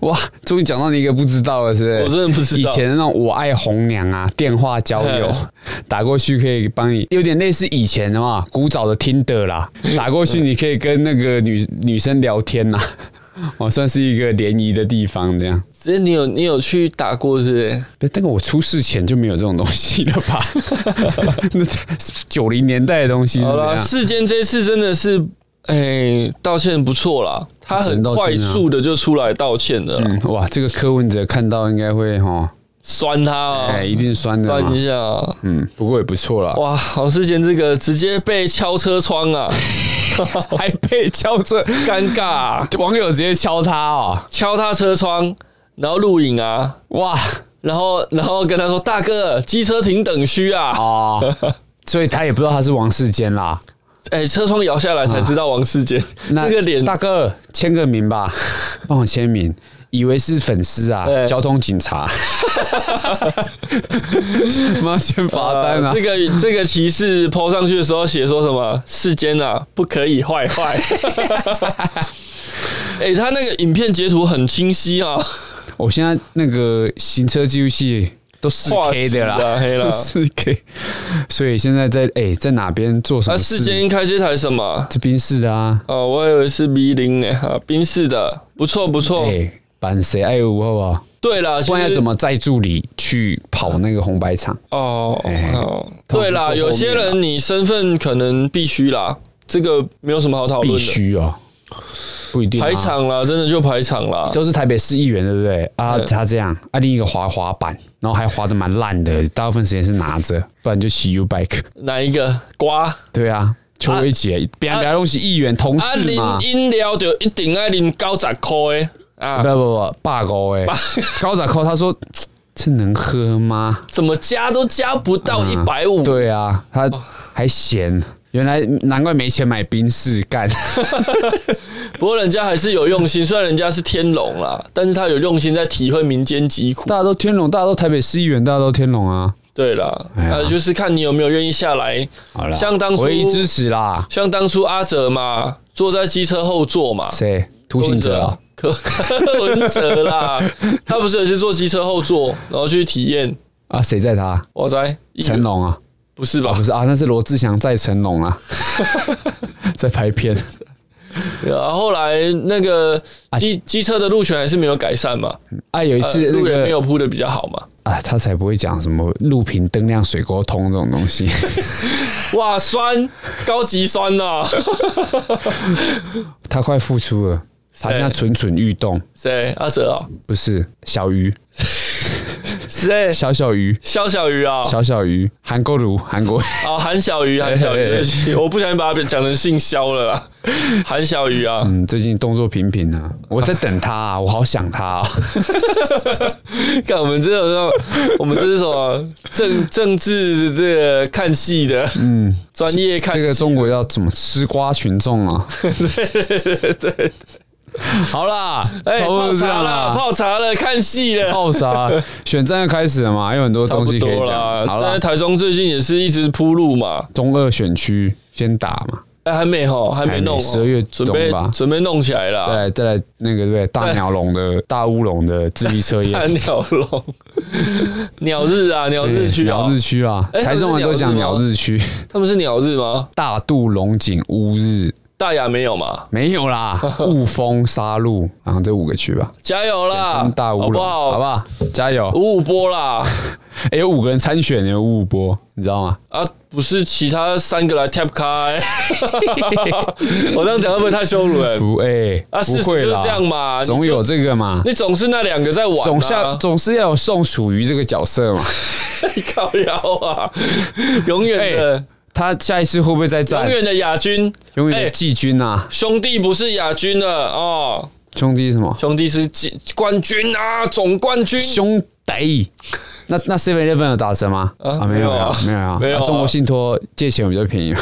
S1: 哇，终于讲到你一个不知道了，是不是？
S2: 我真的不知道
S1: 以前那种我爱红娘啊，电话交
S2: [LAUGHS]
S1: 友
S2: 嗯
S1: 打过去可以帮你，有点类似以前的嘛，古早的听的啦，打过去你可以跟那个女女生聊天 [LAUGHS] 呐、哦，算是一个联谊的地方这样。
S2: 这哎你有你有去打过是不是？
S1: 不但个我出事前就没有这种东西了
S2: [LAUGHS]
S1: 吧？那九零年代的东西是
S2: 好
S1: 怎
S2: 啦，
S1: 样？
S2: 世间这次真的是，哎、道歉不错啦，他
S1: 只
S2: 很
S1: 能道歉啊
S2: 快速的就出来道歉的啦，
S1: 嗯，哇，这个柯文哲看到应该会哈，
S2: 酸他啊，
S1: 哎、一定酸的嘛
S2: 酸一下啊。
S1: 嗯，不过也不错啦。
S2: 哇，王世坚这个直接被敲车窗啊，
S1: 还被敲这
S2: 尴尬、啊，
S1: [LAUGHS] 网友直接敲他哦，
S2: 敲他车窗，然后录影啊，
S1: 哇
S2: 然后然后跟他说：“大哥，机车停等区啊
S1: 哦，所以他也不知道他是王世坚啦。！”
S2: 哎、车窗摇下来才知道王世坚、那个脸，
S1: 大哥签个名
S2: [LAUGHS]
S1: 吧，帮我签名。以为是粉丝啊
S2: 对，
S1: 交通警
S2: [LAUGHS]
S1: 察，妈签罚单啊
S2: 呃！这个这个骑士抛上去的时候写说什么？世间啊，不可以坏坏。哎、他那个影片截图很清晰啊，
S1: 我现在那个行车记录器都四
S2: 画
S1: K
S2: 质
S1: 的
S2: 啊黑啦
S1: 啦，四 K。所以现在在哎、在哪边做什
S2: 他
S1: 么
S2: 啊世
S1: 事？
S2: 间开这台什么啊？
S1: 这宾士的啊，
S2: 哦，我以为是 V 零呢，啊，宾士的，不错不错。
S1: 哎、版谁爱我好不好？
S2: 对啦，
S1: 不然
S2: 哦其
S1: 要
S2: 实
S1: 怎么载助理去跑那个红白场？
S2: 哦
S1: 哎
S2: 哦，
S1: 通
S2: 对
S1: 常
S2: 啦，
S1: 是坐
S2: 有
S1: 后
S2: 些
S1: 面啦
S2: 人你身份可能必须啦，这个没有什么好讨论
S1: 必
S2: 的。
S1: 须哦，不一定、啊、
S2: 排场啦，真的就排场啦。
S1: 都是台北市议员，对不对？啊，他这样啊，另一个滑滑板，然后还滑的蛮烂的，大部分时间是拿着，不然就骑 U bike。 [LAUGHS]
S2: 哪一个瓜？
S1: 对啊，邱威杰，别人别东西议员同
S2: 啊，
S1: 事嘛
S2: 啉，饮料就一定爱啉九十块的
S1: 不
S2: 啊，
S1: 不不，罢工哎，高展扣他说嘖这能喝吗？
S2: 怎么加都加不到一百五。
S1: 嗯对啊，他还嫌。原来难怪没钱买冰室干，
S2: [LAUGHS] 不过人家还是有用心，虽然人家是天龙啦，但是他有用心在体会民间疾苦。
S1: 大家都天龙，大家都台北市议员，大家都天龙啊！
S2: 对啦，
S1: 哎呀
S2: 啊，就是看你有没有愿意下来。
S1: 好了，
S2: 像当初
S1: 唯一支持啦，
S2: 像当初阿哲嘛，坐在机车后座嘛，
S1: 谁？涂
S2: 柯
S1: 行
S2: 文
S1: 者
S2: 哲
S1: 啊
S2: 啊，，柯 [LAUGHS] 柯文哲
S1: [LAUGHS]
S2: 啦，他不是也是坐机车后座，然后去体验？
S1: 啊，谁在他？
S2: 哇塞，一
S1: 成龙啊，
S2: 不是吧
S1: 不？是啊，那是罗志祥在成龙啊， [LAUGHS] 在拍片
S2: 然后后来那个机机车的路权还是没有改善嘛，
S1: 啊。有一
S2: 呃
S1: 次那
S2: 路也没
S1: 个
S2: 有铺的比较好嘛。
S1: 啊，他才不会讲什么路平灯亮水沟通这种东西。 [LAUGHS]
S2: 哇，酸，高级酸啊呐、
S1: 他快付出了，他现在蠢蠢欲动。
S2: [LAUGHS] 谁？阿哲啊、
S1: 不是小鱼，
S2: 谁？
S1: 小小鱼，
S2: 肖小鱼啊、
S1: 小小鱼，韩国如韩国
S2: 哦，韩
S1: [LAUGHS]
S2: 小鱼，韩小鱼，对不起我不小心把它讲成姓肖了啦。 [LAUGHS] 韩小鱼啊， [LAUGHS]
S1: 嗯，最近动作频频啊，我在等他、啊，我好想他、啊。
S2: 看我们这种，我们这是什么啊政政治这个看戏的，嗯，专业看
S1: 这
S2: 戏 [LAUGHS]
S1: 个中国要怎么吃瓜群众啊？
S2: 对对对对，
S1: 好啦，
S2: 哎、
S1: 差不多
S2: 泡
S1: 是这
S2: 茶
S1: 样啦
S2: 了，泡茶了，看戏了，
S1: 泡啥？选战要开始了嘛，还有很多
S2: 差
S1: 东
S2: 不
S1: 西可以
S2: 多
S1: 讲。好
S2: 啦。在
S1: 啦，
S2: 台中最近也是一直铺路嘛，
S1: 中二选区先打嘛，
S2: 哎，还没吼，还没弄
S1: 还没
S2: 吼，
S1: 12月
S2: 准备
S1: 中吧
S2: 准备弄起来
S1: 再
S2: 啦。
S1: 来再来那个对不对？大鸟笼的大乌龙的智力测验
S2: [LAUGHS] 看，鸟笼， [LAUGHS] 鸟日啊，鸟
S1: 对
S2: 日区啊
S1: 鸟，日区啦，
S2: 哎
S1: 台中人啊都讲鸟日区，
S2: 他们是鸟日吗？
S1: 大肚龙井乌日
S2: 大雅没有嘛？
S1: 没有
S2: [LAUGHS]
S1: 啦，雾峰沙鹿，然后这五个区吧，
S2: 加油啦
S1: 简称，大乌
S2: 啊好
S1: 龙，
S2: 不好？
S1: 好不好？加油！
S2: 五五波啦， [LAUGHS]
S1: 哎，有五个人参选，有五五波，你知道吗？
S2: 啊，不是其他三个来 tap 开， [LAUGHS] 我这样讲会不会太羞辱人？
S1: 不，哎，
S2: 啊事
S1: 不
S2: 实
S1: 会
S2: 就是这
S1: 啦
S2: 样嘛你，就
S1: 总有这个嘛。
S2: 你总是那两个在玩、啊，
S1: 总下总是要有宋楚瑜这个角色嘛，
S2: 靠腰啊， [LAUGHS] 永远
S1: 哎
S2: 的、
S1: 他下一次会不会再战
S2: 永？远的亚军，
S1: 永远的
S2: 哎
S1: 季军啊，
S2: 兄弟不是亚军了哦，
S1: 兄弟是什么？
S2: 兄弟是季冠军啊，总冠军。
S1: 兄弟。那那 Seven Eleven 有打折吗？
S2: 啊
S1: 没有
S2: 没有啊
S1: 没有啊，
S2: 没有啊
S1: 啊中国信托借钱比较便宜嘛。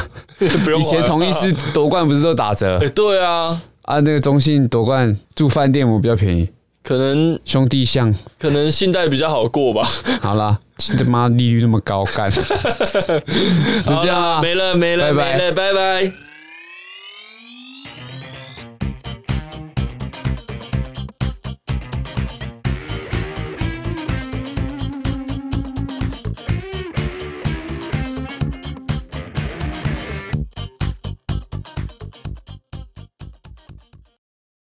S2: 不
S1: [LAUGHS]
S2: 用
S1: 以
S2: 玩
S1: 前同一
S2: [LAUGHS]
S1: 次夺冠不是都打折
S2: 哎、对啊，
S1: 啊？那个中信夺冠住饭店我比较便宜，
S2: 可能
S1: 兄弟像
S2: 可能信贷比较好过吧，
S1: 好啦， [LAUGHS] 他妈利率那么高干，就这样 [LAUGHS]
S2: 好啦
S1: 啊，
S2: 没了没
S1: 拜
S2: 了
S1: 拜
S2: 没了，拜拜。